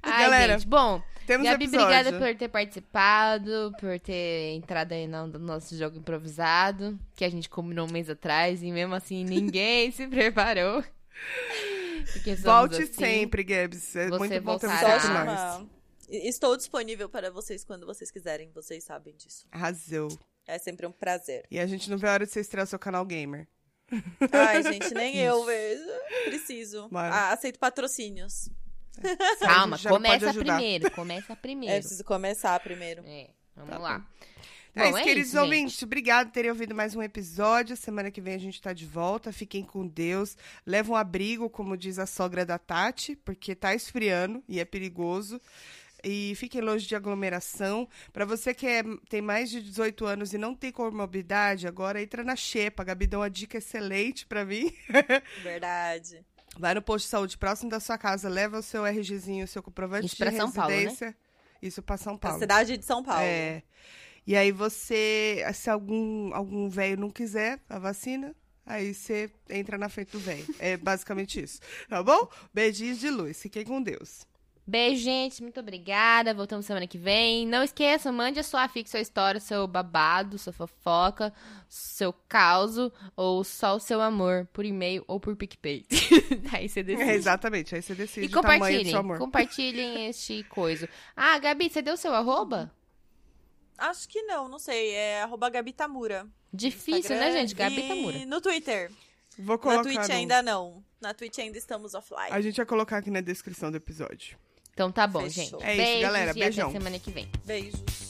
Ai,
Galera,
gente, bom.
Temos
Gabi,
episódio.
obrigada por ter participado, por ter entrado aí no no nosso jogo improvisado, que a gente combinou um mês atrás e mesmo assim ninguém se preparou. Porque somos
Volte
assim.
sempre, Gabs. É
Você
muito bom ter você
voltará.
Só
aqui com nós.
chamar. E- Estou disponível para vocês quando vocês quiserem, vocês sabem disso.
Arrasou.
É sempre um prazer.
E a gente não vê a hora de você estrear seu canal gamer.
Ai, gente, nem
Isso.
eu vejo. Preciso.
Bora.
Ah, aceito patrocínios.
Só a
Calma,
gente já não pode
começa
ajudar.
primeiro, começa
É,
primeiro.
preciso começar primeiro.
É, vamos
Tá bom.
lá.
É
Bom,
isso,
é
queridos
isso, gente.
ouvintes. Obrigado por terem ouvido mais um episódio. Semana que vem a gente tá de volta. Fiquem com Deus. Leva um abrigo, como diz a sogra da Tati, porque tá esfriando e é perigoso. E fiquem longe de aglomeração. Para você que é- tem mais de 18 anos e não tem comorbidade, agora entra na Xepa. A Gabi deu uma dica excelente para mim.
Verdade.
Vai no posto de saúde próximo da sua casa, leva o seu RGzinho, o seu comprovante
Isso pra
de
São Paulo, né?
residência. Isso para São
A
Paulo.
cidade de São Paulo.
É. E aí você, se algum algum velho não quiser a vacina, aí você entra na frente do velho. É basicamente isso. Tá bom? Beijinhos de luz. Fiquem com Deus.
Beijo, gente. Muito obrigada. Voltamos semana que vem. Não esqueça, mande a sua fic, sua história, seu babado, sua fofoca, seu causo ou só o seu amor por e-mail ou por PicPay. Aí você
É,
decide.
exatamente. Aí você decide
E
o tamanho do
compartilhem.
seu amor.
Compartilhem este coisa. Ah, Gabi, você deu seu arroba?
Acho que não, não sei. É arroba Gabi Tamura.
Difícil, né, gente? Gabi Tamura.
E no Twitter.
Vou colocar.
Na Twitch
no-
ainda não. Na Twitch ainda estamos offline.
A gente vai colocar aqui na descrição do episódio.
Então tá bom,
Fechou.
gente.
É isso,
Beijos
galera.
E
Beijão.
até semana que vem.
Beijos.